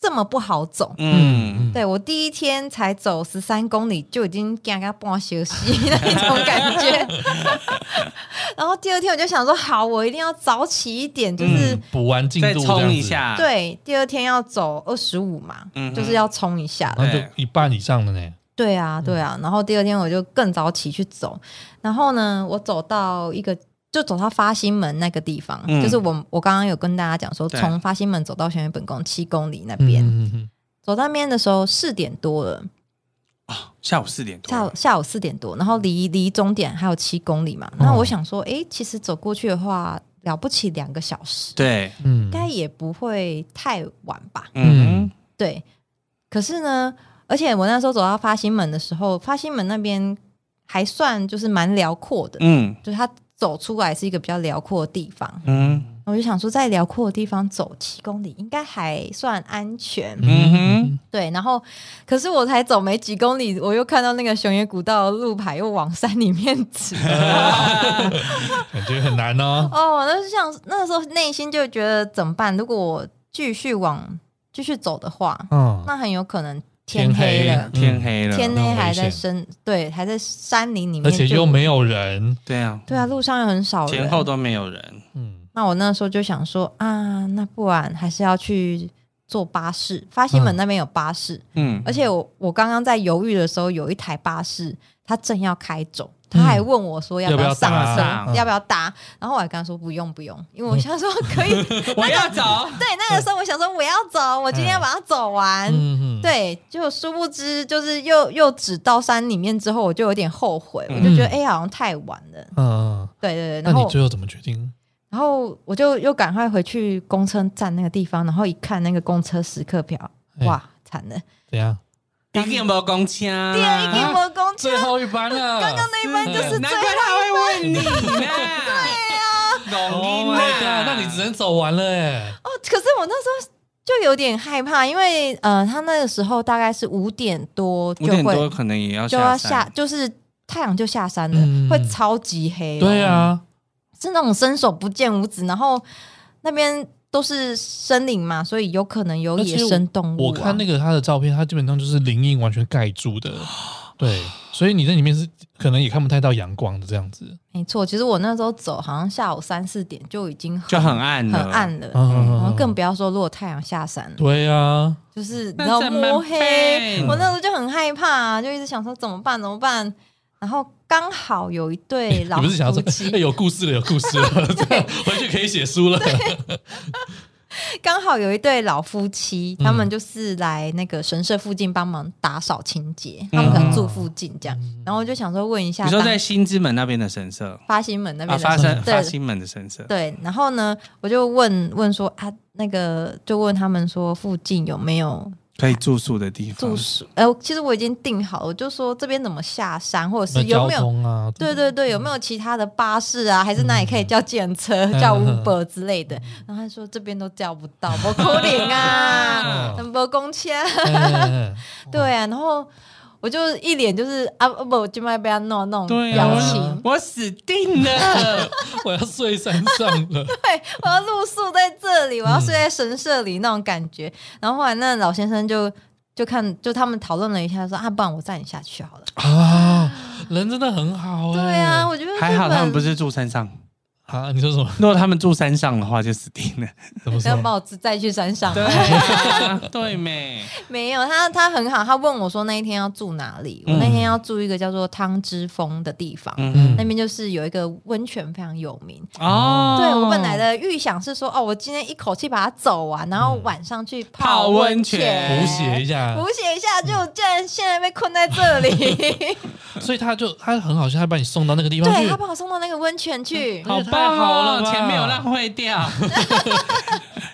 Speaker 3: 这么不好走。
Speaker 2: 嗯，
Speaker 3: 对我第一天才走十三公里就已经干干半休息 那一种感 觉，然后第二天我就想说，好，我一定要早起一点，就是、
Speaker 1: 嗯补完进
Speaker 2: 再
Speaker 1: 度这样
Speaker 2: 冲
Speaker 1: 子
Speaker 2: 一，下，，
Speaker 3: 对，第二天要走二十五嘛，
Speaker 2: 嗯哼嗯
Speaker 3: 就是要冲一下
Speaker 1: 然后
Speaker 2: 对
Speaker 1: 就一半以上了呢。
Speaker 3: 对啊，
Speaker 2: 嗯
Speaker 3: 对啊。然后第二天我就更早起去走，然后呢，我走到一个。就走到发心门那个地方，
Speaker 2: 嗯
Speaker 3: 就是我我刚刚有跟大家讲说，
Speaker 2: 对
Speaker 3: 从发心门走到玄元本宫七公里那边，
Speaker 1: 嗯嗯嗯
Speaker 3: 走到那边的时候四点多了，
Speaker 2: 下午四点多，
Speaker 3: 下午下午四点多，然后离离终点还有七公里嘛，那
Speaker 2: 哦
Speaker 3: 我想说，诶，其实走过去的话，了不起两个小时，
Speaker 2: 对，
Speaker 1: 嗯
Speaker 3: 应该也不会太晚吧？
Speaker 2: 嗯
Speaker 1: 嗯
Speaker 3: 对，可是呢，而且我那时候走到发心门的时候，发心门那边还算就是蛮辽阔的，
Speaker 2: 嗯
Speaker 3: 就是它走出来是一个比较辽阔的地方。
Speaker 2: 嗯
Speaker 3: 我就想说，在辽阔的地方走七公里应该还算安全，
Speaker 2: 嗯
Speaker 1: 嗯
Speaker 2: 哼，
Speaker 3: 对。然后，可是我才走没几公里，我又看到那个熊野古道的路牌又往山里面 指。
Speaker 1: 感觉很难 哦。
Speaker 3: 哦，我那是想那时候内心就觉得怎么办？如果我继续往继续走的话，
Speaker 1: 嗯，
Speaker 3: 那很有可能
Speaker 1: 天
Speaker 3: 天黑
Speaker 1: 黑
Speaker 3: 了，
Speaker 2: 天黑了，
Speaker 3: 天
Speaker 1: 那
Speaker 3: 黑
Speaker 1: 很
Speaker 3: 还
Speaker 1: 危
Speaker 3: 在
Speaker 1: 险
Speaker 3: 深，对，还在山林里面，
Speaker 1: 而且又
Speaker 3: 就
Speaker 1: 没有人。
Speaker 2: 对啊，
Speaker 3: 对啊，路上又很少人
Speaker 2: 前。后都没有人，
Speaker 1: 嗯，
Speaker 3: 那我那时候就想说啊，那不然还是要去。坐巴士，发西门那边有巴士，
Speaker 2: 嗯，
Speaker 3: 而且我我刚刚在犹豫的时候，有一台巴士它正要开走，
Speaker 1: 嗯
Speaker 3: 他还问我说要不
Speaker 1: 要不要
Speaker 3: 上
Speaker 1: 搭
Speaker 3: 车，
Speaker 2: 啊
Speaker 3: 要不要搭？然后我还跟他说不用不用，因
Speaker 1: 嗯
Speaker 3: 为我想说可以。
Speaker 2: 我要走，
Speaker 3: 对，那个时候我想说我要走，我今天要把它走完。
Speaker 1: 嗯，
Speaker 3: 对，就殊不知，就是又又只到山里面之后，我就有点后悔，我就觉得哎、好像太晚了。
Speaker 1: 嗯，
Speaker 3: 对对对，
Speaker 1: 那
Speaker 3: 然
Speaker 1: 你
Speaker 3: 后
Speaker 1: 最后怎么决定？
Speaker 3: 然后我就又赶快回去公车站那个地方，然后一看那个公车时刻表，
Speaker 1: 哎
Speaker 3: 哇，惨了，
Speaker 1: 怎样？
Speaker 2: 一定没公车，
Speaker 1: 啊
Speaker 3: 第二啊一
Speaker 2: 嗯
Speaker 3: 天我公车
Speaker 1: 最后一班了，
Speaker 3: 刚刚那一班就是
Speaker 2: 难
Speaker 3: 最
Speaker 2: 怪他会问你呢。对啊，
Speaker 1: Oh my god！那你只能走完了哎，
Speaker 3: 哦，可是我那时候就有点害怕，因为呃，他那个时候大概是五点多就
Speaker 2: 五点多
Speaker 3: 会
Speaker 2: 可能也要
Speaker 3: 就要下
Speaker 2: 山，，
Speaker 3: 就是太阳就下山了，
Speaker 1: 嗯
Speaker 3: 会超级黑、哦
Speaker 1: 对，啊，
Speaker 3: 是那种伸手不见五指，然后那边都是森林嘛，所以有可能有
Speaker 1: 而且
Speaker 3: 野生动物、啊
Speaker 1: 我看那个他的照片，他基本上就是林荫完全盖住的，对，所以你在里面是可能也看不太到阳光的这样子，
Speaker 3: 没错，其实我那时候走好像下午三四点就已经
Speaker 2: 就很暗了，
Speaker 3: 很。暗了。然后
Speaker 1: 嗯，
Speaker 3: 更不要说，如果太阳下山了，
Speaker 1: 对啊，
Speaker 3: 就是你
Speaker 2: 那
Speaker 3: 知道
Speaker 2: 怎么
Speaker 3: 摸黑，
Speaker 2: 办
Speaker 3: 我那时候就很害怕、就一直想说怎么办怎么办。然后刚好有一对老
Speaker 1: 你不是想要
Speaker 3: 夫
Speaker 1: 说
Speaker 3: 妻，
Speaker 1: 哎有故事了，有故 事了，回去可以写书了，
Speaker 3: 刚好有一对老夫妻，
Speaker 1: 嗯
Speaker 3: 他们就是来那个神社附近帮忙打扫清洁，
Speaker 1: 嗯
Speaker 3: 他们可能住附近这样。然后我就想说问一下
Speaker 2: 你
Speaker 3: 当，
Speaker 2: 说在新之门那边的神社
Speaker 3: 发新门那
Speaker 2: 啊，
Speaker 3: 边的
Speaker 2: 发生
Speaker 3: 对
Speaker 2: 发新门的神社，
Speaker 3: 对，然后呢，我就问问说啊，那个就问他们说附近有没有
Speaker 2: 可以住宿的地方，
Speaker 3: 住宿？呃，其实我已经订好了，我就说这边怎么下山，或者 是有
Speaker 1: 交
Speaker 3: 没有
Speaker 1: 通啊，
Speaker 3: 对对
Speaker 2: 嗯
Speaker 3: 对，有没有其他的巴士啊？还是那里可以叫电车、
Speaker 1: 嗯
Speaker 3: 叫
Speaker 1: 嗯嗯
Speaker 3: Uber 之类的？然后他说这边都叫不 到，不可能啊，
Speaker 2: 哦
Speaker 1: 嗯
Speaker 3: 没公车。
Speaker 1: 哎哎哎
Speaker 3: 对啊，然后我就一脸就是啊啊不，就卖被他弄弄
Speaker 2: 对啊
Speaker 3: 表
Speaker 1: 嗯
Speaker 3: 情。
Speaker 2: 我死定了！
Speaker 1: 我要睡山上 了，
Speaker 3: 对，我要露宿在这里，我要睡在神社里那种感觉。然后后来那老先生就就看，就他们讨论了一下，说啊，不然我载你下去好了。
Speaker 1: 啊，人真的很好哎、
Speaker 3: 对啊，我觉 得
Speaker 2: 哦还好
Speaker 3: 日本
Speaker 2: 他们不是住山上，
Speaker 1: 啊，你说什么？
Speaker 2: 如果他们住山上的话就死定了。
Speaker 1: 怎么
Speaker 3: 要
Speaker 1: 说？
Speaker 3: 把我载去山上吗。
Speaker 2: 啊， 对没？
Speaker 3: 没有，他他很好，他问我说那一天要住哪里，我
Speaker 2: 嗯
Speaker 3: 那天要住一个叫做汤之峰的地方。
Speaker 2: 嗯
Speaker 3: 那边就是有一个温泉非常有名，
Speaker 2: 哦，
Speaker 3: 对我本来的预想是说，哦，我今天一口气把它走完，然后晚上去
Speaker 2: 泡
Speaker 3: 泡
Speaker 2: 温
Speaker 3: 温
Speaker 2: 泉
Speaker 1: 补血一下，
Speaker 3: 补血一下，就竟然现在被困在这里。
Speaker 1: 所以他就他很好笑，他把你送到那个地方
Speaker 3: 对
Speaker 1: 去
Speaker 3: 他，把我送到那个温泉去，
Speaker 2: 嗯
Speaker 1: 好棒哦
Speaker 2: 太好了，
Speaker 1: 钱
Speaker 2: 钱
Speaker 1: 没
Speaker 2: 没
Speaker 1: 有
Speaker 2: 有
Speaker 1: 浪
Speaker 2: 浪费掉，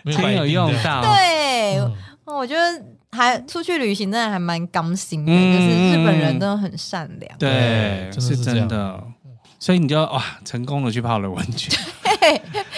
Speaker 1: 没
Speaker 2: 钱有用
Speaker 1: 到。
Speaker 2: 到。
Speaker 3: 对，
Speaker 1: 嗯
Speaker 3: 哦我觉得还出去旅行真的还蛮甘心的，
Speaker 2: 嗯
Speaker 3: 就是日本人真的很善良。
Speaker 1: 对
Speaker 2: 对，
Speaker 1: 真的是
Speaker 2: 哎是
Speaker 1: 这样
Speaker 2: 真的。所以你就哇，成功的去泡了温 泉。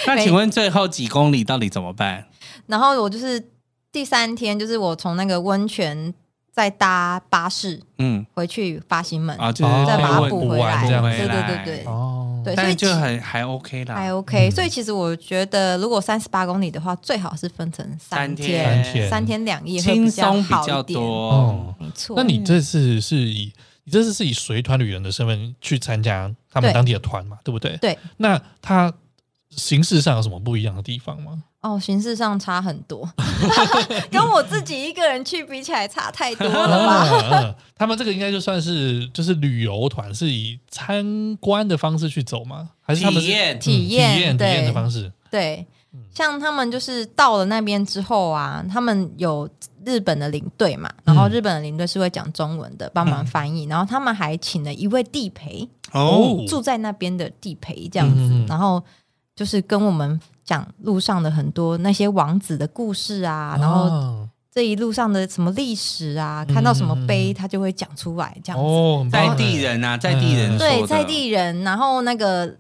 Speaker 2: 那
Speaker 3: 没
Speaker 2: 请问最后几公里到底怎么办？
Speaker 3: 然后我就是第三天，就是我从那个温泉再搭巴士
Speaker 2: 嗯，
Speaker 3: 回去发行门，
Speaker 2: 啊，就是
Speaker 1: 哦
Speaker 3: 再把它
Speaker 1: 问
Speaker 3: 补
Speaker 1: 补
Speaker 3: 回
Speaker 1: 完
Speaker 3: 来。
Speaker 1: 这样
Speaker 3: 对对对对。
Speaker 1: 哦，
Speaker 3: 对，所
Speaker 2: 但
Speaker 3: 以
Speaker 2: 是就
Speaker 3: 其
Speaker 2: 很还 OK 啦，
Speaker 3: 还 OK，、
Speaker 1: 嗯
Speaker 3: 所以其实我觉得，如果三十八公里的话，最好是分成
Speaker 2: 三
Speaker 3: 天、
Speaker 1: 三天
Speaker 3: 三天两夜会
Speaker 2: 轻
Speaker 3: 比较
Speaker 2: 松比
Speaker 3: 好
Speaker 2: 较
Speaker 3: 一点。
Speaker 2: 多
Speaker 1: 哦。
Speaker 3: 没错，
Speaker 1: 那你这次是以你这次是以随团旅人的身份去参加他们
Speaker 3: 对
Speaker 1: 当地的团嘛，对不对？
Speaker 3: 对。
Speaker 1: 那他形式上有什么不一样的地方吗？
Speaker 3: 哦，形式上差很 多， 跟我自己一个人去比起来差太多了吧？
Speaker 1: 嗯嗯 他们这个应该就算是就是旅游团，是以参观的方式去走吗？还是他们是
Speaker 2: 体验
Speaker 1: 嗯
Speaker 3: 体验
Speaker 1: 体验体
Speaker 3: 对
Speaker 1: 验的方式？
Speaker 3: 对，
Speaker 1: 嗯
Speaker 3: 像他们就是到了那边之后啊，他们有日本的领队嘛，
Speaker 1: 嗯
Speaker 3: 然后日本的领队是会讲中文的，帮忙翻译，然后他们还请了一位地陪，
Speaker 1: 哦
Speaker 3: 住在那边的地陪这样子，
Speaker 1: 嗯嗯嗯
Speaker 3: 然后就是跟我们讲路上的很多那些王子的故事啊，然后
Speaker 1: 哦
Speaker 3: 这一路上的什么历史啊，
Speaker 1: 嗯
Speaker 3: 看到什么
Speaker 1: 嗯
Speaker 3: 碑，
Speaker 1: 嗯
Speaker 3: 他就会讲出来这样子。
Speaker 1: 哦，很棒
Speaker 2: 在地人啊，在地人说
Speaker 3: 对，
Speaker 2: 的
Speaker 3: 在地人，然后那个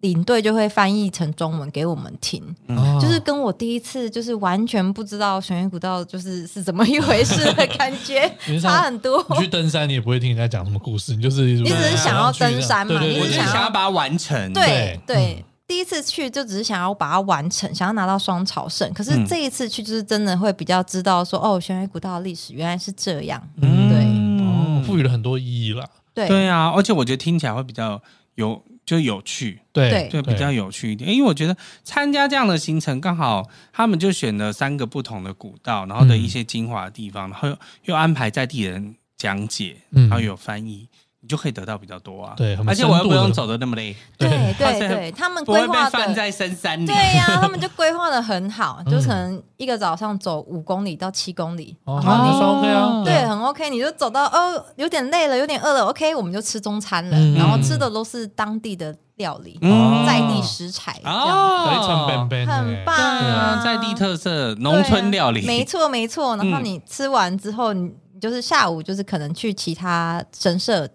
Speaker 3: 领队就会翻译成中文给我们听。
Speaker 2: 嗯
Speaker 1: 哦
Speaker 3: 就是跟我第一次就是完全不知道熊野古道就是是怎么一回事 的感觉
Speaker 1: 你是想
Speaker 3: 差很多。
Speaker 1: 你去登山，你也不会听人家讲什么故事，你就是你
Speaker 3: 你
Speaker 2: 只是
Speaker 3: 想要登山嘛
Speaker 1: 对
Speaker 3: 你
Speaker 2: 我
Speaker 1: 对
Speaker 2: 就
Speaker 3: 只
Speaker 1: 对
Speaker 2: 是
Speaker 1: 对
Speaker 2: 想要把它完成。
Speaker 3: 对
Speaker 1: 对
Speaker 3: 对，
Speaker 2: 嗯
Speaker 3: 第一次去就只是想要把它完成，想要拿到双朝圣。可是
Speaker 2: 嗯
Speaker 3: 这一次去就是真的会比较知道说，哦，熊野古道的历史原来是这样。
Speaker 1: 嗯
Speaker 3: 对
Speaker 1: 哦，
Speaker 2: 嗯
Speaker 1: 赋予了很多意义啦。
Speaker 3: 对
Speaker 2: 对啊，而且我觉得听起来会比较有就有趣，
Speaker 1: 对
Speaker 2: 对，比较有趣一点。因为我觉得参加这样的行程，刚好他们就选了三个不同的古道，然后的一些精华的地方，然后又又安排在地人讲解，
Speaker 1: 嗯
Speaker 2: 然后有翻译，你就可以得到比较多啊。
Speaker 1: 对很
Speaker 2: 而且
Speaker 1: 深
Speaker 2: 我又
Speaker 1: 度
Speaker 2: 不
Speaker 1: 的
Speaker 2: 用走的那么累，
Speaker 1: 对
Speaker 3: 对
Speaker 2: 他
Speaker 3: 对
Speaker 2: 是
Speaker 3: 对，他们
Speaker 2: 不会
Speaker 3: 规
Speaker 2: 被
Speaker 3: 划
Speaker 2: 放
Speaker 3: 的。
Speaker 2: 在深山里。
Speaker 3: 对呀、他们就规划的很好，就
Speaker 1: 嗯
Speaker 3: 可能一个早上走五公里到七公里，
Speaker 1: 哦，
Speaker 3: 然
Speaker 1: 好
Speaker 3: 后
Speaker 1: 那
Speaker 3: 你
Speaker 1: 是 OK
Speaker 2: 嗯
Speaker 1: 啊，
Speaker 3: 对，很 OK，你就走到哦，有点累了，有点饿了，OK，我们就吃中餐了，
Speaker 1: 嗯
Speaker 3: 然后吃的都是当地的料理，
Speaker 1: 嗯
Speaker 3: 在地食材，这样
Speaker 1: 对，成本
Speaker 2: 哦，
Speaker 1: 本
Speaker 3: 很棒
Speaker 2: 对
Speaker 3: 啊
Speaker 2: 啊，，在地特色
Speaker 3: 对啊
Speaker 2: 农村料理，
Speaker 3: 没错没错。然后
Speaker 2: 嗯
Speaker 3: 你吃完之后，你你就是下午就是可能去其他神社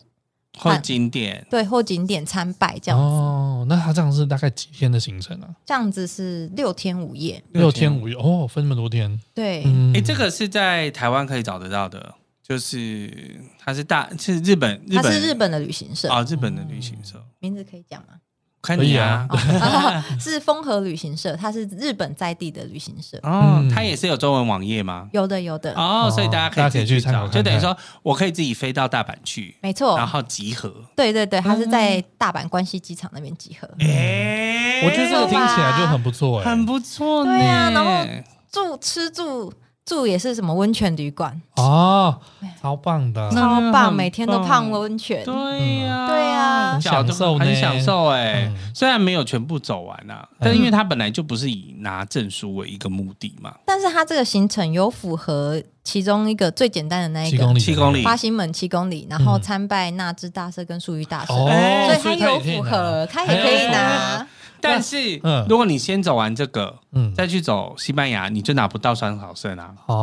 Speaker 2: 或景点，
Speaker 3: 对或景点参拜这样子，
Speaker 1: 哦，那他这样是大概几天的行程啊？
Speaker 3: 这样子是六天五夜，
Speaker 1: 六天。五夜哦，分那么多天，
Speaker 3: 对，
Speaker 1: 嗯，
Speaker 2: 哎，这个是在台湾可以找得到的，就是它是大是日本，日
Speaker 3: 它
Speaker 2: 本
Speaker 3: 是日本的旅行社，
Speaker 2: 啊，日本的旅行社，
Speaker 3: 名字可以讲吗？
Speaker 2: 看
Speaker 1: 可以
Speaker 2: 你
Speaker 1: 啊
Speaker 2: 啊。
Speaker 3: 哦 是风和旅行社，它是日本在地的旅行社，
Speaker 2: 哦
Speaker 1: 嗯，
Speaker 2: 它也是有中文网页吗？
Speaker 3: 有的有的，
Speaker 1: 哦
Speaker 2: 哦，所以大家可
Speaker 1: 大家
Speaker 2: 以
Speaker 1: 可以
Speaker 2: 自己
Speaker 1: 去参考
Speaker 2: 找
Speaker 1: 看
Speaker 2: 就等于
Speaker 1: 看
Speaker 2: 说我可以自己飞到大阪去，
Speaker 3: 没错，
Speaker 2: 然后集合。
Speaker 3: 对对对，他
Speaker 2: 嗯
Speaker 3: 是在大阪关西机场那边集合，
Speaker 2: 哎
Speaker 1: 嗯我觉得这个听嗯起来就很不错哎，
Speaker 2: 很不错呢。
Speaker 3: 对啊然后住吃住住也是什么温泉旅馆，
Speaker 1: 哦，超棒的，
Speaker 2: 那
Speaker 3: 超
Speaker 2: 很
Speaker 3: 棒，每天都
Speaker 2: 棒
Speaker 3: 泡温泉。
Speaker 2: 嗯对呀、
Speaker 3: 对啊呀
Speaker 1: 嗯很享受呢
Speaker 2: 很享受哎、
Speaker 1: 嗯
Speaker 2: 虽然没有全部走完啊，但因为它本来就不是以拿证书为一个目的嘛，
Speaker 3: 但是他这个行程有符合其中一个最简单的那一
Speaker 1: 七公
Speaker 3: 个
Speaker 1: 里，
Speaker 2: 七公里
Speaker 3: 八星门七公里，然后
Speaker 1: 嗯
Speaker 3: 参拜那智大社跟素玉大社，
Speaker 1: 哦，
Speaker 2: 哎
Speaker 3: 所以他有符合，他
Speaker 1: 可以
Speaker 3: 也可以
Speaker 1: 拿
Speaker 3: 拿。
Speaker 2: 但是、
Speaker 1: 嗯
Speaker 2: 如果你先走完这个，
Speaker 1: 嗯，
Speaker 2: 再去走西班牙，你就拿不到双草圣啊。
Speaker 1: 哦，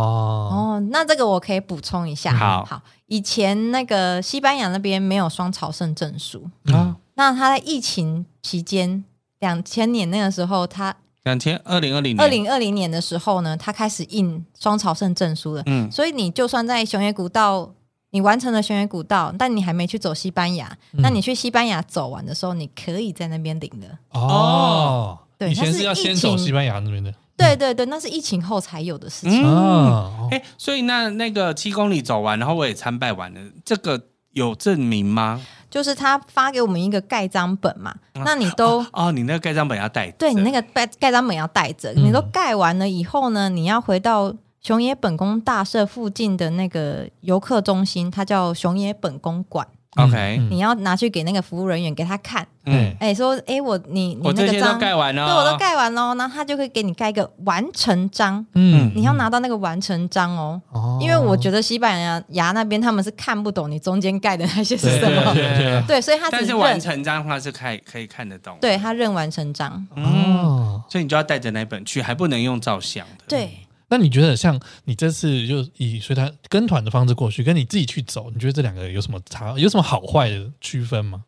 Speaker 3: 哦，那这个我可以补充一下。
Speaker 2: 好
Speaker 3: 以前那个西班牙那边没有双朝圣证书，
Speaker 1: 啊，
Speaker 3: 那他在疫情期间，两千年那个时候，他
Speaker 2: 两千二零二零年，
Speaker 3: 二零二零年的时候呢，他开始印双朝圣证书了。
Speaker 2: 嗯，
Speaker 3: 所以你就算在熊野古道，你完成了熊野古道，但你还没去走西班牙，
Speaker 1: 嗯
Speaker 3: 那你去西班牙走完的时候，你可以在那边领
Speaker 2: 嗯
Speaker 3: 的。
Speaker 1: 哦，
Speaker 3: 对
Speaker 1: 以前
Speaker 3: 它是
Speaker 1: 是要先
Speaker 3: 疫
Speaker 1: 走
Speaker 3: 情
Speaker 1: 西班牙那边的，
Speaker 3: 对对对，那是疫情后才有的事情。
Speaker 2: 嗯
Speaker 1: 啊，
Speaker 2: 哎、所以那那个七公里走完，然后我也参拜完了，这个有证明吗？
Speaker 3: 就是他发给我们一个盖章本嘛，那你都。
Speaker 2: 哦，你那个盖章本要带着，
Speaker 3: 对你那个盖盖章本要带着，你都
Speaker 1: 嗯
Speaker 3: 盖完了以后呢，你要回到熊野本宫大社附近的那个游客中心，它叫熊野本宫馆，
Speaker 2: OK，
Speaker 1: 嗯
Speaker 3: 你要拿去给那个服务人员给他看，
Speaker 2: 嗯，
Speaker 3: 哎、说哎、我你你
Speaker 2: 我
Speaker 3: 那
Speaker 2: 这
Speaker 3: 个
Speaker 2: 些都
Speaker 3: 章，
Speaker 2: 盖完
Speaker 3: 对
Speaker 2: 了，
Speaker 3: 我都盖完喽，那他就会给你盖一个完成章，
Speaker 1: 嗯
Speaker 3: 你要，拿到那个完成章哦。
Speaker 1: 哦
Speaker 3: 因为我觉得西班牙牙那边他们是看不懂你中间盖的那些是
Speaker 1: 对
Speaker 3: 什
Speaker 1: 对
Speaker 3: 么，
Speaker 1: 对对，
Speaker 3: 对，所以他只
Speaker 2: 但是
Speaker 3: 认
Speaker 2: 完成章的话是看可以看得懂，
Speaker 3: 对他认完成章，
Speaker 2: 嗯，
Speaker 1: 哦，
Speaker 2: 所以你就要带着那本去，还不能用照相的。
Speaker 3: 对，
Speaker 1: 那你觉得像你这次就以随团跟团的方式过去，跟你自己去走，你觉得这两个有什么差，有什么好坏的区分吗？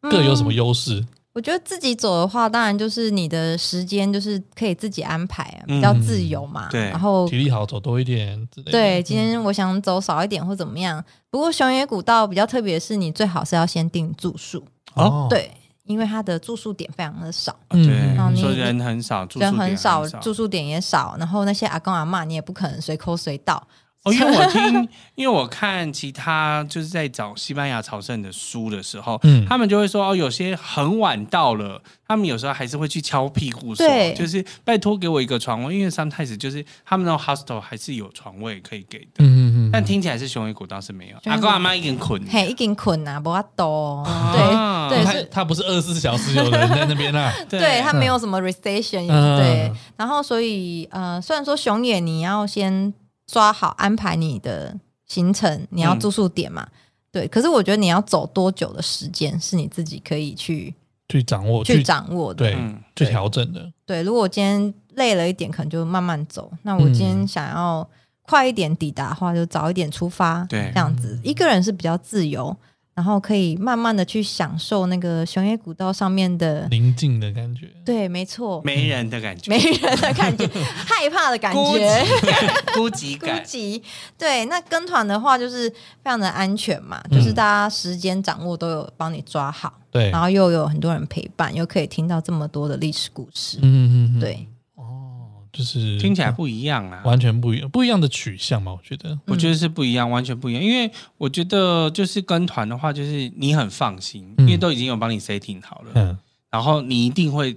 Speaker 1: 各有什么
Speaker 3: 嗯
Speaker 1: 优势？
Speaker 3: 我觉得自己走的话，当然就是你的时间就是可以自己安排啊，
Speaker 2: 嗯
Speaker 3: 比较自由嘛。
Speaker 2: 对
Speaker 3: 然后
Speaker 1: 体力好，走多一点之类的。
Speaker 3: 对，
Speaker 1: 嗯
Speaker 3: 今天我想走少一点或怎么样。不过熊野古道比较特别的是，你最好是要先订住宿，
Speaker 1: 哦，
Speaker 3: 对，因为它的住宿点非常的少，
Speaker 1: 嗯
Speaker 3: 嗯
Speaker 2: 对，说
Speaker 3: 你
Speaker 2: 人很少，住宿
Speaker 3: 人
Speaker 2: 点
Speaker 3: 很
Speaker 2: 很
Speaker 3: 少，住宿点也少，然后那些阿公阿嬷你也不可能随口随到。
Speaker 2: 哦，因为 我听，因为我看其他就是在找西班牙朝圣的书的时候，
Speaker 1: 嗯
Speaker 2: 他们就会说哦，有些很晚到了，他们有时候还是会去敲屁股说
Speaker 3: 对，
Speaker 2: 就是拜托给我一个床位，因为 sometimes 就是他们那种 hostel 还是有床位可以给的，
Speaker 1: 嗯嗯嗯，
Speaker 2: 但听起来是雄伟古道是没有，
Speaker 3: 雄伟
Speaker 2: 阿
Speaker 3: 古
Speaker 2: 公阿妈一个人捆，
Speaker 3: 嘿，一根捆啊，不阿多，
Speaker 2: 嗯啊
Speaker 3: 对
Speaker 1: 他
Speaker 3: 对是。
Speaker 1: 他不是二十四小时有人在那边 啊，
Speaker 3: 对，它没有什么 recession，、
Speaker 1: 嗯
Speaker 3: 对。然后所以呃，虽然说熊野你要先抓好安排你的行程，你要住宿点嘛，对。可是我觉得你要走多久的时间是你自己可以去
Speaker 1: 去掌握
Speaker 3: 去掌握的。
Speaker 1: 对
Speaker 2: 嗯
Speaker 1: 去调整的，
Speaker 3: 对，如果我今天累了一点，可能就慢慢走。那我今天想要快一点抵达的话，就早一点出发，
Speaker 2: 对
Speaker 3: 这样子一个人是比较自由。然后可以慢慢的去享受那个熊野古道上面的，
Speaker 1: 宁静的感觉。
Speaker 3: 对，没错，
Speaker 2: 没人的感觉，
Speaker 3: 没人的 感觉，害怕的感
Speaker 2: 孤
Speaker 3: 觉，
Speaker 2: 寂感，孤寂
Speaker 3: 孤
Speaker 2: 感，
Speaker 3: 寂。对，那跟团的话就是非常的安全嘛，
Speaker 2: 嗯
Speaker 3: 就是大家时间掌握都有帮你抓好，
Speaker 1: 对，
Speaker 3: 然后又有很多人陪伴，又可以听到这么多的历史故事。
Speaker 1: 嗯嗯嗯，嗯
Speaker 3: 对，
Speaker 1: 哦，就是
Speaker 2: 听起来不一样啊。
Speaker 3: 嗯
Speaker 1: 完全不一样，不一样的取向嘛，我觉得。
Speaker 2: 我觉得是不一样，完全不一样。因为我觉得就是跟团的话，就是你很放心，
Speaker 1: 嗯
Speaker 2: 因为都已经有帮你 setting 好了，
Speaker 1: 嗯，
Speaker 2: 然后你一定会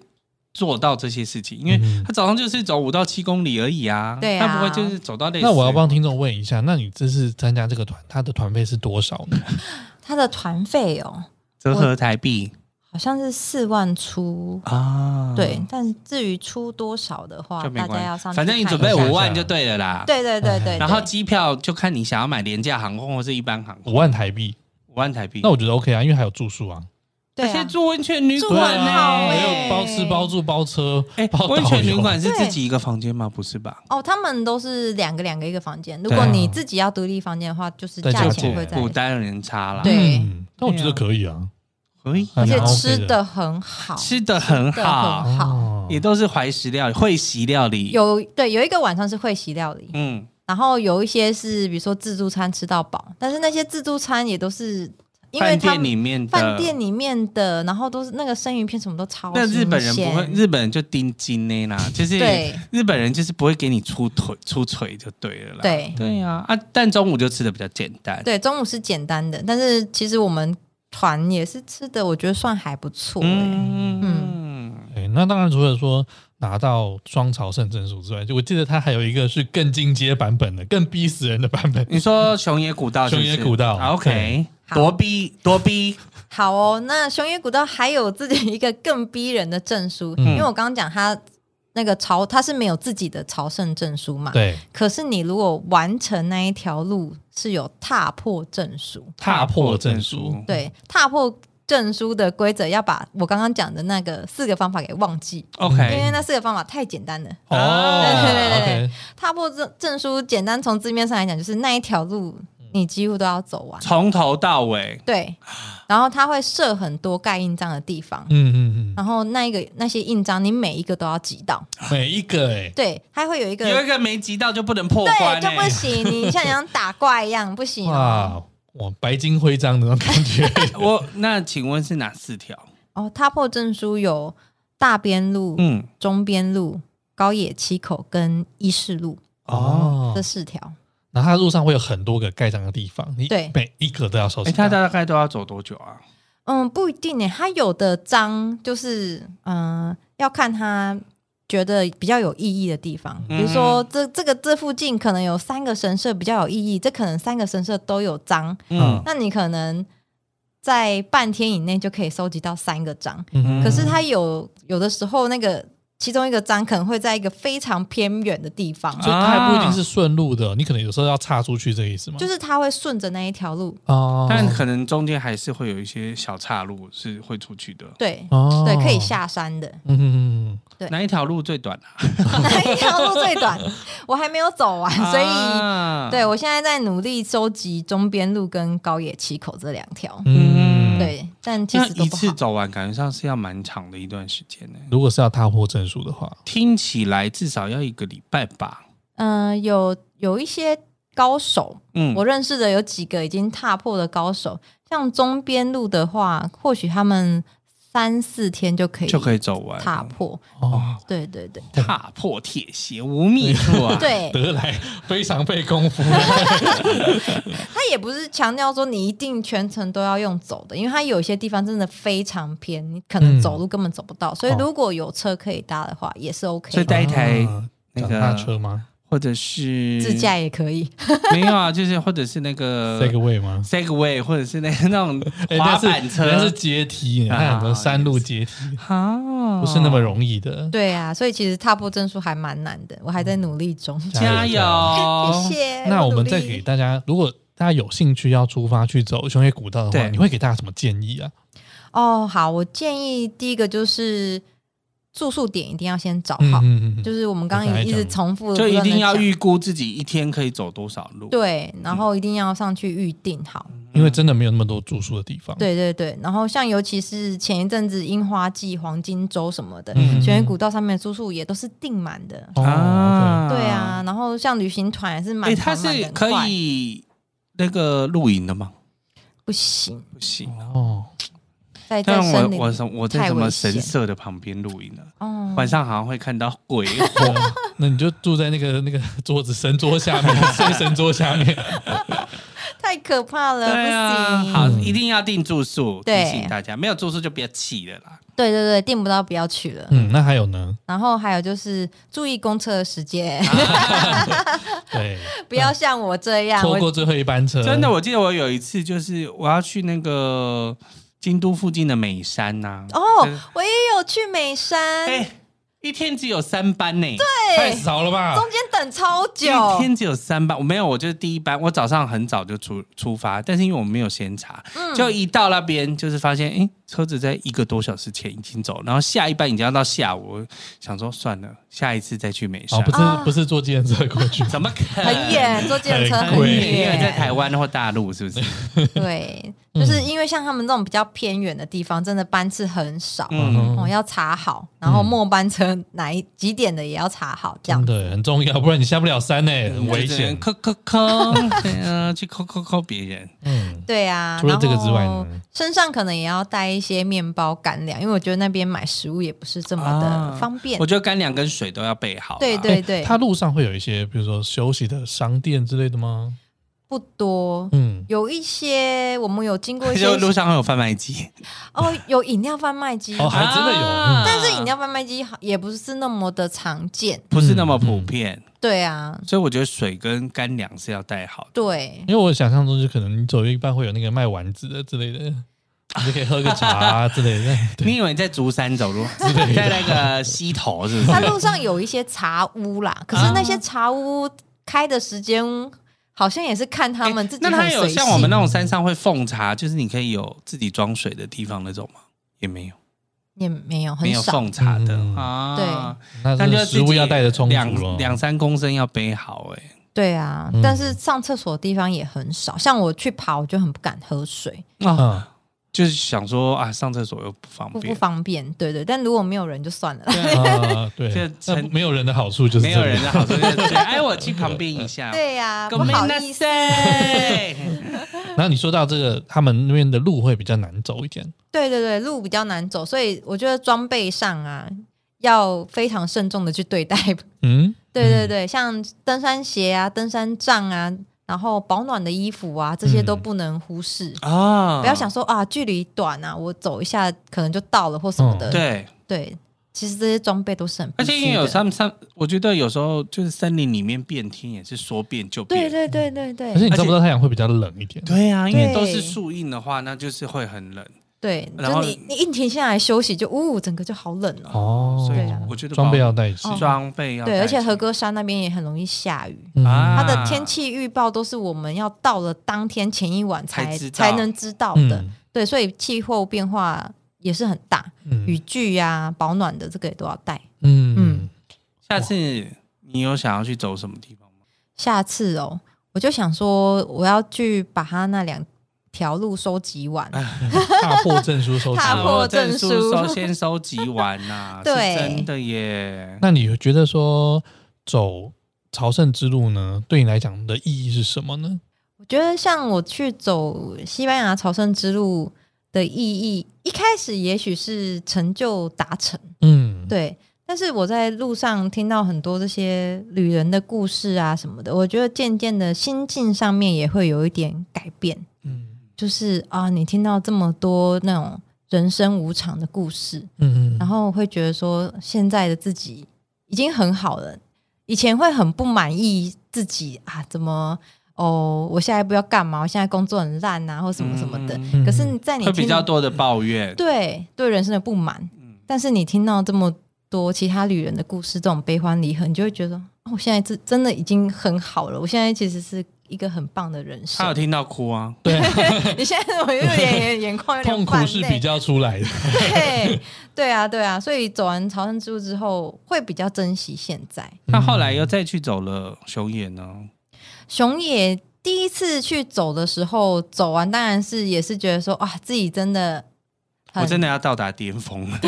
Speaker 2: 做到这些事情，因为
Speaker 1: 嗯
Speaker 2: 他早上就是走五到七公里而已啊，
Speaker 3: 对啊
Speaker 2: 他不会就是走到累死。
Speaker 1: 那我要帮听众问一下，那你这次参加这个团，他的团费是多少 呢？
Speaker 3: 他的团费哦，
Speaker 2: 折合台币
Speaker 3: 好像是四万出。
Speaker 2: 啊，
Speaker 3: 对，，但至于出多少的话，
Speaker 2: 就没
Speaker 3: 大家要
Speaker 2: 关
Speaker 3: 上
Speaker 2: 系，
Speaker 3: 去
Speaker 2: 反正你准备
Speaker 1: 看一下
Speaker 2: 五万就对了啦。
Speaker 3: 看。对对 对对，
Speaker 2: 然后
Speaker 3: 对
Speaker 2: 机票就看你想要买廉价航空或是一般航
Speaker 1: 五
Speaker 2: 空，
Speaker 1: 万台币，
Speaker 2: 五万台币。
Speaker 1: 那我觉得 OK 啊，因为还有住宿啊，
Speaker 3: 对
Speaker 2: 而且
Speaker 3: 啊
Speaker 2: 住温泉旅
Speaker 3: 住
Speaker 2: 馆
Speaker 3: 很
Speaker 2: 呢、
Speaker 3: 好
Speaker 1: 还
Speaker 3: 欸
Speaker 1: 有包吃包住包车，
Speaker 2: 哎、
Speaker 1: 包
Speaker 2: 温
Speaker 1: 导
Speaker 2: 泉旅
Speaker 1: 游
Speaker 2: 馆是
Speaker 3: 对
Speaker 2: 自己一个房间吗？不是吧？
Speaker 3: 哦，他们都是两个两个一个房间。如
Speaker 2: 对
Speaker 3: 果
Speaker 2: 啊
Speaker 3: 你自己要独立房间的话，就是
Speaker 1: 再
Speaker 3: 价
Speaker 1: 加
Speaker 3: 钱
Speaker 1: 钱
Speaker 3: 会在，
Speaker 2: 不单人差啦，
Speaker 3: 对
Speaker 1: 嗯，但我觉得可以啊，
Speaker 2: 可以，
Speaker 3: 而且
Speaker 1: 还蛮 OK
Speaker 3: 吃的很好，
Speaker 2: 吃的很
Speaker 3: 得很
Speaker 2: 好，
Speaker 3: 好。
Speaker 1: 哦
Speaker 2: 也都是怀石料理、会席料理。，
Speaker 3: 有对有一个晚上是会席料理，
Speaker 2: 嗯，
Speaker 3: 然后有一些是比如说自助餐吃到饱，但是那些自助餐也都是因为
Speaker 2: 饭
Speaker 3: 他
Speaker 2: 店
Speaker 3: 们
Speaker 2: 里面的
Speaker 3: 饭店里面的，然后都是那个生鱼片什么都超
Speaker 2: 那日本人
Speaker 3: 新
Speaker 2: 不会，
Speaker 3: 鲜
Speaker 2: 日本人就盯金呢啦，就是
Speaker 3: 对
Speaker 2: 日本人就是不会给你出腿出锤就对了啦。
Speaker 3: 对
Speaker 2: 对呀、啊，但中午就吃的比较简单。
Speaker 3: 对中午是简单的，但是其实我们团也是吃的，我觉得算还不错、欸。
Speaker 2: 嗯
Speaker 1: 哎，那当然除了说拿到双朝圣证书之外，就我记得他还有一个是更进阶版本的，更逼死人的版本。
Speaker 3: 嗯
Speaker 2: 你说熊野古道是不是，
Speaker 1: 熊野古道
Speaker 2: 啊，OK，
Speaker 3: 对
Speaker 2: 多逼多逼，
Speaker 3: 好哦，那熊野古道还有自己一个更逼人的证书，
Speaker 1: 嗯
Speaker 3: 因为我刚刚讲他那个朝他是没有自己的朝圣证书嘛，
Speaker 1: 对，
Speaker 3: 可是你如果完成那一条路是有踏破证书，
Speaker 1: 踏破证书，
Speaker 3: 对，踏破证书的规则要把我刚刚讲的那个四个方法给忘记，
Speaker 1: 哎
Speaker 3: 因
Speaker 2: ，OK，
Speaker 3: 为那四个方法太简单了。
Speaker 1: 哦
Speaker 3: 对对对对
Speaker 1: ，OK，
Speaker 3: 踏破证证书简单从字面上来讲，就是那一条路
Speaker 1: 嗯
Speaker 3: 你几乎都要走完。
Speaker 2: 从头到尾，
Speaker 3: 对，然后它会设很多盖印章的地方，
Speaker 1: 嗯嗯
Speaker 3: 然后那一个那些印章你每一个都要挤到。
Speaker 1: 嗯，每一个哎，
Speaker 3: 对，它会有一个
Speaker 2: 有一个没集到就不能破
Speaker 3: 对
Speaker 2: 关、欸，
Speaker 3: 就不行，你像你像打怪一样不行哦。
Speaker 1: 哇，哇，白金徽章的那种感觉，
Speaker 2: 我那请问是哪四条？
Speaker 3: 哦，踏破证书有大边路、
Speaker 2: 嗯，
Speaker 3: 中边路、高野七口跟伊势路
Speaker 1: 哦
Speaker 3: 这，四条。
Speaker 1: 然后它路上会有很多个盖章的地方，你
Speaker 3: 对
Speaker 1: 每一个都要收
Speaker 2: 哎、
Speaker 1: 拾。
Speaker 2: 他大概都要走多久啊？
Speaker 3: 嗯，不一定呢。它有的章就是嗯、呃要看他觉得比较有意义的地方，
Speaker 1: 嗯
Speaker 3: 比如说这这个这附近可能有三个神社比较有意义，这可能三个神社都有章，
Speaker 1: 嗯
Speaker 3: 那你可能在半天以内就可以收集到三个章。
Speaker 1: 嗯
Speaker 3: 可是它有有的时候那个其中一个章可能会在一个非常偏远的地方，
Speaker 1: 所以它还不一定是顺路的，你可能有时候要岔出去，这个意思吗？
Speaker 3: 就是它会顺着那一条路，
Speaker 1: 哦，
Speaker 2: 但可能中间还是会有一些小岔路是会出去的。
Speaker 3: 对、
Speaker 1: 哦
Speaker 3: 对，可以，下山 的
Speaker 1: 嗯嗯嗯
Speaker 3: 对
Speaker 2: 哪一条路最短啊？
Speaker 3: 那一条路最短，我还没有走完， 所以。
Speaker 2: 啊
Speaker 3: 对，我现在在努力收集中边路跟高野七口这两条，
Speaker 1: 嗯嗯。
Speaker 3: 对，但其
Speaker 2: 那
Speaker 3: 实都
Speaker 2: 一
Speaker 3: 不
Speaker 2: 次
Speaker 3: 好。
Speaker 2: 走完，感觉上是要蛮长的一段时间呢、
Speaker 1: 如果是要踏破证书的话，
Speaker 2: 听起来至少要一个礼拜吧。
Speaker 3: 嗯、有有一些高手，
Speaker 2: 嗯，
Speaker 3: 我认识的有几个已经踏破的高手，像中边路的话，或许他们三四天就可以
Speaker 2: 就可以走完了。
Speaker 3: 踏破。
Speaker 1: 哦，
Speaker 3: 对对对
Speaker 2: 踏破铁鞋无觅处啊！，
Speaker 3: 对，
Speaker 1: 得来非常费功夫。
Speaker 3: 他也不是强调说你一定全程都要用走的，因为他有些地方真的非常偏，你可能
Speaker 1: 嗯
Speaker 3: 走路根本走不到，所以
Speaker 1: 哦
Speaker 3: 如果有车可以搭的话，也是 OK 的。
Speaker 2: 所以 带一台
Speaker 1: 啊
Speaker 2: 那
Speaker 1: 脚踏
Speaker 2: 个，
Speaker 1: 车吗
Speaker 2: 或者是
Speaker 3: 自驾也可以，
Speaker 2: 没有啊，就是或者是那个
Speaker 1: ？Segway 吗？
Speaker 2: Segway，或者是那那种
Speaker 1: 哎
Speaker 2: 滑
Speaker 1: 那是
Speaker 2: 板车，
Speaker 1: 那是阶梯，
Speaker 2: 啊
Speaker 1: 它很多山路阶梯，
Speaker 2: 啊，
Speaker 1: 不是那么容易的。
Speaker 3: 对啊，所以其实踏破证书还蛮难的，我还在努力中。
Speaker 2: 加油！
Speaker 3: 谢谢。
Speaker 1: 哦那我们
Speaker 3: 努力
Speaker 1: 再给大家，如果大家有兴趣要出发去走熊野古道的话，
Speaker 2: 对
Speaker 1: 你会给大家什么建议啊？
Speaker 3: 哦，好，我建议第一个就是住宿点一定要先找哦好，
Speaker 1: 嗯嗯
Speaker 3: 就是我们刚
Speaker 1: 我刚才
Speaker 3: 刚一直
Speaker 1: 讲
Speaker 3: 重复，
Speaker 2: 就一定要
Speaker 3: 预
Speaker 2: 预估自己一天可以走多少路。，
Speaker 3: 对，然后一定要上去预定好。
Speaker 1: 因为真的没有那么多住宿的地方。，
Speaker 3: 对对对，然后像尤其是前一阵子樱花季、黄金周什么的，
Speaker 1: 嗯
Speaker 3: 玄、野古道上面的住宿也都是订满的。
Speaker 1: 哦，
Speaker 3: 对啊，，然后像旅行团也是满
Speaker 2: 哎，它
Speaker 3: 团满的
Speaker 2: 是
Speaker 3: 很快，
Speaker 2: 可以那个露营的吗？
Speaker 3: 不行，
Speaker 2: 不行
Speaker 1: 对，哦，
Speaker 3: 在在
Speaker 2: 但
Speaker 3: 森
Speaker 2: 我
Speaker 3: 林
Speaker 2: 我
Speaker 3: 里，
Speaker 2: 什我在
Speaker 3: 太
Speaker 2: 什
Speaker 3: 危
Speaker 2: 么神
Speaker 3: 险
Speaker 2: 社的旁边露营啊，
Speaker 3: 哦，
Speaker 2: 晚上好像会看到 鬼
Speaker 1: 对啊那你就住在那个那个桌子神桌下 面，睡神桌下面。
Speaker 3: 太可怕了，
Speaker 2: 对啊，
Speaker 3: 不行。
Speaker 2: 好，
Speaker 1: 嗯
Speaker 2: 一定要订住宿，提
Speaker 3: 对
Speaker 2: 醒大家，没有住宿就不要气了啦。
Speaker 3: 对对对，订不到不要去了。
Speaker 1: 嗯，那还有呢？
Speaker 3: 然后还有就是注意公车的时间，
Speaker 1: 对，
Speaker 3: 不要像我这样，
Speaker 1: 嗯错
Speaker 3: 我
Speaker 1: 过最后一班车，
Speaker 2: 真的，我记得我有一次就是我要去那个京都附近的美山呐、
Speaker 3: 哦
Speaker 2: 真的，
Speaker 3: 我也有去美山，
Speaker 2: 哎、一天只有三班呢、
Speaker 1: 太
Speaker 3: 对，
Speaker 1: 少了吧？
Speaker 3: 中间等超久，
Speaker 2: 一天只有三班，我没有，我就是第一班，我早上很早就出出发，但是因为我没有先查，就一到那边就是发现，哎、车子在一个多小时前已经走，然后下一班已经要到下午，我想说算了，下一次再去美
Speaker 1: 哦，
Speaker 2: 山，
Speaker 1: 不
Speaker 3: 啊
Speaker 1: 是不是坐计程车过去，
Speaker 2: 怎么可能？
Speaker 3: 很远，坐电车
Speaker 1: 很
Speaker 3: 很
Speaker 1: 贵
Speaker 2: 啊因为在
Speaker 3: 远，
Speaker 2: 台湾或大陆是不是？
Speaker 3: 对，
Speaker 1: 嗯
Speaker 3: 就是因为像他们这种比较偏远的地方，真的班次很少，
Speaker 2: 嗯，
Speaker 3: 哦，要查好，然后末班车哪一几点的也要查好，这样
Speaker 1: 真。的很重要，不然你下不了山呢，
Speaker 2: 嗯
Speaker 1: 很危
Speaker 2: 就只能
Speaker 1: 险。
Speaker 2: 抠抠抠，对啊，去抠抠抠别 人。
Speaker 1: 嗯，
Speaker 3: 对啊，
Speaker 1: 除了这个之外呢
Speaker 3: 然后身上可能也要带一些面包干粮，因为我觉得那边买食物也不是这么
Speaker 2: 啊
Speaker 3: 的方便。
Speaker 2: 我觉得干粮跟水都要备好啊。
Speaker 3: 对对
Speaker 1: 哎它路上会有一些，比如说休息的商店之类的吗？
Speaker 3: 不多，
Speaker 1: 嗯，
Speaker 3: 有一些我们有经过一些
Speaker 2: 就路上会有贩卖机，
Speaker 3: 哦，有饮料贩卖机，
Speaker 1: 哦还真的有嗯
Speaker 2: 啊
Speaker 3: 但是饮料贩卖机好也不是那么的常见。
Speaker 2: 不是那么普遍，
Speaker 3: 对啊，
Speaker 2: 所以我觉得水跟干粮是要带好的。
Speaker 3: 对，
Speaker 1: 因为我想象中就可能你走一半会有那个卖丸子的之类的，你就可以喝个茶啊之类 的。对，
Speaker 2: 你以为你在竹山走 路，
Speaker 1: 类的
Speaker 2: 在那个溪头是不
Speaker 3: 它
Speaker 2: 是？
Speaker 3: 路上有一些茶屋
Speaker 2: 嗯
Speaker 3: 啦，可是那些茶屋开的时间好像也是看他们自己
Speaker 2: 哎那
Speaker 3: 很
Speaker 2: 它有
Speaker 3: 随
Speaker 2: 像我们
Speaker 3: 性。
Speaker 2: 那种山上会奉茶，就是你可以有自己装水的地方那种吗？也没有，
Speaker 3: 也没有
Speaker 2: 没
Speaker 3: 很
Speaker 2: 有
Speaker 3: 少，
Speaker 2: 奉茶的
Speaker 1: 嗯
Speaker 2: 啊。
Speaker 3: 对。
Speaker 1: 那
Speaker 2: 那
Speaker 1: 真
Speaker 2: 就
Speaker 1: 的
Speaker 2: 要自
Speaker 1: 食
Speaker 2: 己
Speaker 1: 物要带的充足
Speaker 2: 两
Speaker 1: 了。
Speaker 2: 两三公升要背好哎、
Speaker 3: 对啊
Speaker 1: 嗯，
Speaker 3: 但是上厕所的地方也很少。像我去跑，我就很不敢喝水，
Speaker 2: 啊，
Speaker 1: 嗯，
Speaker 2: 就是想说啊，上厕所又不方
Speaker 3: 不不
Speaker 2: 便，
Speaker 3: 方便。对对，但如果没有人就算了啦。
Speaker 2: 对啊，
Speaker 1: 啊，对
Speaker 2: 这，
Speaker 1: 那
Speaker 2: 成
Speaker 1: 没有人的好处就是
Speaker 2: 没有人
Speaker 1: 的
Speaker 2: 的好处就是觉得，哎，我去旁边一下，
Speaker 3: 对呀、
Speaker 2: ご
Speaker 3: 不
Speaker 2: めんなさい，
Speaker 3: 好意思。
Speaker 1: 然后你说到这个，他们那边的路会比较难走一点。
Speaker 3: 对对对，路比较难走，所以我觉得装备上啊，要非常慎重的去对待。
Speaker 1: 嗯，
Speaker 3: 对对对，像登山鞋啊、登山杖啊，然后保暖的衣服啊，这些都
Speaker 1: 嗯
Speaker 3: 不能忽视。
Speaker 2: 啊，
Speaker 3: 不要想说啊，距离短啊，我走一下可能就到了或什么的。
Speaker 2: 嗯对，
Speaker 3: 对其实这些装备都是很必
Speaker 2: 而且因为
Speaker 3: 须
Speaker 2: 有
Speaker 3: 的。
Speaker 2: 山山，我觉得有时候就是森林里面变天也是说变就
Speaker 3: 对
Speaker 2: 变，
Speaker 3: 对啊对对对
Speaker 1: 而且你照不到太阳会比较冷一点。
Speaker 2: 对啊，因为
Speaker 3: 对
Speaker 2: 都是树荫的话，那就是会很冷，
Speaker 3: 对，
Speaker 2: 然后
Speaker 3: 就你你一停下来休息就，呜，整个就好冷哦。
Speaker 1: 哦
Speaker 2: 所以
Speaker 3: 对啊
Speaker 2: 我觉得
Speaker 1: 装备要带齐。
Speaker 3: 哦
Speaker 2: 装备要
Speaker 3: 对，而且
Speaker 2: 带齐
Speaker 3: 和歌山那边也很容易下雨，
Speaker 1: 嗯
Speaker 2: 啊
Speaker 3: 它的天气预报都是我们要到了当天前一晚才
Speaker 2: 才知道
Speaker 3: 能知道的。
Speaker 1: 嗯
Speaker 3: 对，所以气候变化也是很大，雨
Speaker 1: 嗯
Speaker 3: 具呀、保暖的这个也都要带。
Speaker 1: 嗯
Speaker 3: 嗯
Speaker 2: 下次你有想要去走什么地方吗？
Speaker 3: 下次哦，我就想说我要去把它那两条路收集完。
Speaker 1: 哎大破证书收集
Speaker 3: 大
Speaker 1: 了。
Speaker 3: 破证
Speaker 2: 证
Speaker 3: 书
Speaker 2: 收先收集完 呐、是
Speaker 3: 对
Speaker 2: 真的耶。
Speaker 1: 那你觉得说走朝圣之路呢，对你来讲的意义是什么呢？
Speaker 3: 我觉得像我去走西班牙朝圣之路的意义，一开始也许是成就达成。
Speaker 1: 嗯，
Speaker 3: 对，但是我在路上听到很多这些旅人的故事啊什么的，我觉得渐渐的心境上面也会有一点改变，
Speaker 1: 嗯，
Speaker 3: 就是啊，你听到这么多那种人生无常的故事，
Speaker 1: 嗯嗯
Speaker 3: 然后会觉得说现在的自己已经很好了，以前会很不满意自己啊，怎么哦，我下一步要干嘛？我现在工作很烂啊，或什么什么的。
Speaker 2: 嗯
Speaker 1: 嗯
Speaker 3: 可是你在你
Speaker 2: 会
Speaker 3: 听
Speaker 2: 比较多的抱怨。
Speaker 3: 对对人生的不满，
Speaker 2: 嗯
Speaker 3: 但是你听到这么多其他旅人的故事，这种悲欢离合，你就会觉得，哦，我现在真真的已经很好了，我现在其实是一个很棒的人
Speaker 2: 他有
Speaker 3: 生。
Speaker 2: 听到哭啊，
Speaker 1: 对啊，
Speaker 3: 你现在我有点眼眼眶有
Speaker 1: 痛
Speaker 3: 点
Speaker 1: 苦
Speaker 3: 泛
Speaker 1: 是比
Speaker 3: 泪。
Speaker 1: 较出来的。
Speaker 3: 对对啊对啊，所以走完朝圣之路之后，会比较珍惜现在。
Speaker 2: 那后来又再去走了熊野呢？
Speaker 3: 熊野第一次去走的时候，走完当然是也是觉得说，哇，自己真的很
Speaker 2: 我真的要到达巅峰了。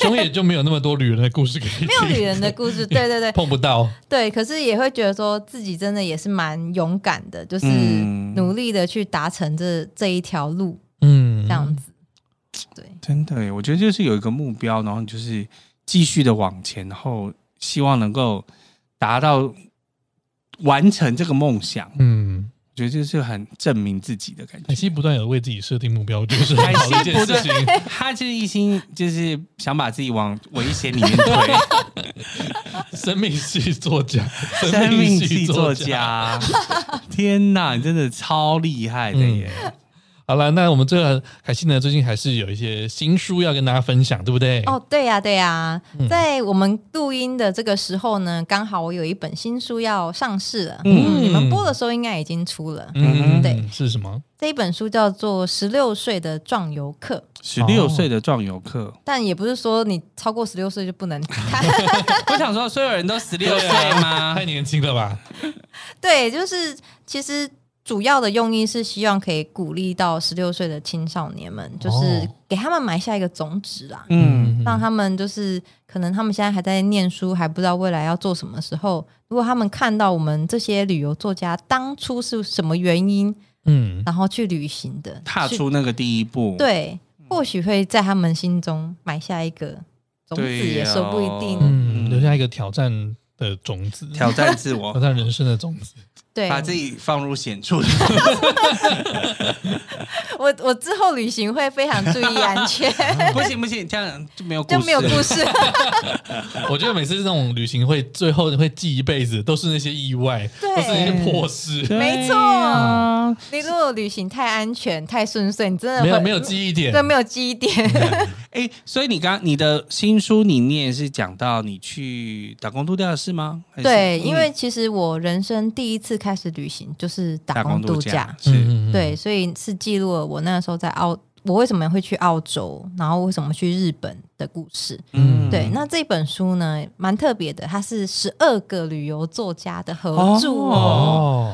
Speaker 1: 熊野就没有那么多旅人的故事可以
Speaker 3: 没有
Speaker 1: 听，
Speaker 3: 旅人的故事。对对对，
Speaker 1: 碰不到。
Speaker 3: 对，可是也会觉得说自己真的也是蛮勇敢的，就是
Speaker 2: 嗯
Speaker 3: 努力的去达成这这一条路
Speaker 1: 嗯，
Speaker 3: 这样子。对，
Speaker 2: 真的耶，我觉得就是有一个目标，然后你就是继续的往前，然后希望能够达到完成这个梦想。
Speaker 1: 嗯，
Speaker 2: 我觉得就是很证明自己的感
Speaker 1: 凯
Speaker 2: 觉。
Speaker 1: 西不断有为自己设定目标，我觉得是很好的一件
Speaker 2: 不
Speaker 1: 事情。
Speaker 2: 对，他就是一心就是想把自己往危险里面 推，
Speaker 1: 生命系作家，
Speaker 2: 生命
Speaker 1: 系
Speaker 2: 系作
Speaker 1: 家。
Speaker 2: 家。嗯天哪，你真的超厉害的耶！
Speaker 1: 好了，那我们这个凯西呢，最近还是有一些新书要跟大家分享，对不对？
Speaker 3: 哦，对呀、对呀、在我们录音的这个时候呢，刚好我有一本新书要上市了，
Speaker 2: 嗯
Speaker 3: 你们播的时候应该已经出了。
Speaker 1: 嗯，
Speaker 3: 对，
Speaker 1: 是什么？
Speaker 3: 这一本书叫做《十六岁的壮游客》，
Speaker 2: 十六岁的壮游客，
Speaker 3: 但也不是说你超过十六岁就不能看。
Speaker 2: 我想说，所有人都十六岁吗
Speaker 1: 太？年轻了吧？
Speaker 3: 对，就是其实主要的用意是希望可以鼓励到十六岁的青少年们，就是
Speaker 1: 哦
Speaker 3: 给他们埋下一个种子啦，
Speaker 2: 嗯，
Speaker 3: 让他们就是可能他们现在还在念书，还不知道未来要做什么时候，如果他们看到我们这些旅游作家当初是什么原因，
Speaker 1: 嗯，
Speaker 3: 然后去旅行的，
Speaker 2: 踏
Speaker 3: 去
Speaker 2: 出那个第一步，
Speaker 3: 对，或许会在他们心中埋下一个种子，
Speaker 2: 对
Speaker 3: 也说不一
Speaker 2: 哦
Speaker 3: 定。
Speaker 1: 嗯，
Speaker 2: 嗯
Speaker 1: 留下一个挑战的种子，
Speaker 2: 挑战自
Speaker 1: 挑
Speaker 2: 我，
Speaker 1: 战人生的种 子。
Speaker 3: 对，
Speaker 2: 把自己放入险处。
Speaker 3: 我我之后旅行会非常注意 安全，
Speaker 2: 不行不行，这样就没有故
Speaker 3: 就
Speaker 2: 事，
Speaker 3: 没有故事。
Speaker 1: 我觉得每次这种旅行会最后会记一辈子，都是那些意外，
Speaker 3: 对
Speaker 1: 都是那些破事，
Speaker 2: 对
Speaker 3: 没错
Speaker 2: 啊
Speaker 3: 你如果旅行太安全、太顺遂，你真的
Speaker 1: 没有
Speaker 3: 会
Speaker 1: 没有记忆点
Speaker 3: 对。没有记忆点。
Speaker 2: 哎，所以你刚你的新书里面是讲到你去打工度假是吗？还是
Speaker 3: 对，
Speaker 2: 嗯
Speaker 3: 因为其实我人生第一次开始旅行就是打
Speaker 2: 打
Speaker 3: 工
Speaker 2: 工
Speaker 3: 度
Speaker 2: 度
Speaker 3: 假
Speaker 2: 假，是
Speaker 1: 嗯，
Speaker 3: 对，所以是记录了我那时候在澳，我为什么会去澳洲，然后为什么去日本的故事。
Speaker 1: 嗯
Speaker 3: 对，那这本书呢，蛮特别的，它是十二个旅游作家的合著哦，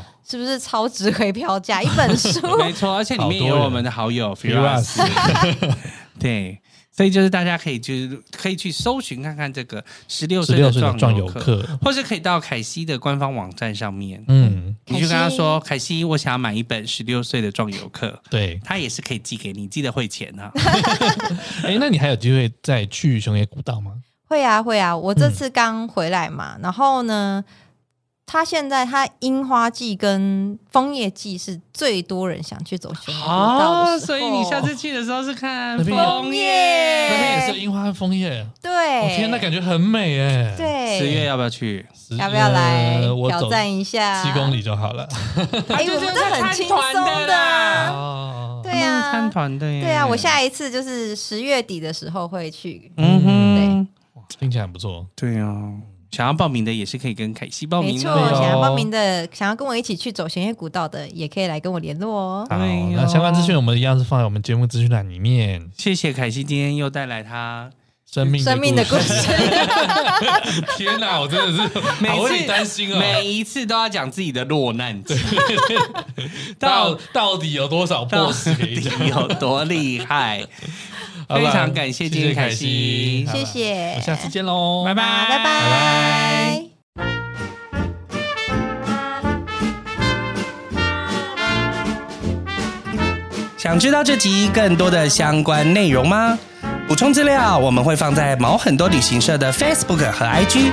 Speaker 1: 哦，
Speaker 3: 是不是超值回票价？一本书，
Speaker 2: 没错，而且里面
Speaker 1: 好多
Speaker 2: 有
Speaker 1: 人
Speaker 2: 我们的好友
Speaker 1: Firas
Speaker 2: Firas，对， 所以就是大家可以就是可以去搜寻看看这个十六
Speaker 1: 十
Speaker 2: 岁
Speaker 1: 六
Speaker 2: 的
Speaker 1: 岁的
Speaker 2: 壮
Speaker 1: 壮
Speaker 2: 游
Speaker 1: 游
Speaker 2: 客，
Speaker 1: 客，
Speaker 2: 或是可以到凯西的官方网站上面，
Speaker 1: 嗯，
Speaker 2: 你去跟他说，凯西，我想要买一本十六岁的壮游客，
Speaker 1: 对。
Speaker 2: 他也是可以寄给你，记得汇钱啊。
Speaker 1: 哎，那你还有机会再去熊野古道吗？
Speaker 3: 会啊会啊，我这
Speaker 2: 嗯
Speaker 3: 次刚回来嘛，然后呢，它现在它樱花季跟枫叶季是最多人想去走熊野古道的时候，
Speaker 2: 啊哦所以你下次去的时候是看
Speaker 1: 那边
Speaker 2: 枫
Speaker 1: 那边也
Speaker 2: 叶。
Speaker 1: 是樱花和枫叶，
Speaker 3: 对，
Speaker 1: 我哦天，那感觉很美哎。，
Speaker 3: 对
Speaker 2: 十月要不要去？
Speaker 1: 十
Speaker 3: 要不要来
Speaker 1: 呃我
Speaker 3: 挑
Speaker 1: 走
Speaker 3: 战一下
Speaker 1: 七公？里就好了。
Speaker 2: 啊
Speaker 3: 哎，我们这很轻松的啊，
Speaker 1: 哦，
Speaker 3: 对啊，
Speaker 2: 参团的耶。
Speaker 3: 对啊，我下一次就是十月底的时候会去，
Speaker 2: 嗯哼，
Speaker 1: 听起来很不错。
Speaker 2: 对啊，想要报名的也是可以跟凯西报
Speaker 3: 没
Speaker 2: 名
Speaker 3: 错，
Speaker 2: 的哟。
Speaker 1: 对哦
Speaker 3: 想要报名的，想要跟我一起去走玄月古道的，也可以来跟我联络哦。
Speaker 1: 好，
Speaker 2: 哎呦
Speaker 1: 那相关资讯我们一样是放在我们节目资讯栏里面。
Speaker 2: 谢谢凯西今天又带来他，
Speaker 1: 生命
Speaker 3: 生命的故
Speaker 1: 故事，
Speaker 3: 事，
Speaker 1: 天哪，我真的 是
Speaker 2: 每
Speaker 1: 好为
Speaker 2: 次
Speaker 1: 你担心啊！
Speaker 2: 每一次都要讲自己的落难记，
Speaker 1: 到
Speaker 2: 到
Speaker 1: 到底有多少
Speaker 2: 到
Speaker 1: 破事可以
Speaker 2: 底
Speaker 1: 讲？
Speaker 2: 有多厉害。
Speaker 1: 好啦
Speaker 2: 非常感谢今天凯西
Speaker 1: 好啦
Speaker 3: 谢谢
Speaker 1: 我们下次见喽，
Speaker 2: 拜拜
Speaker 3: 好拜
Speaker 1: 拜
Speaker 3: 拜。
Speaker 2: 想知道这集更多的相关内容吗？补充资料我们会放在毛很多旅行社的 Facebook 和 IG，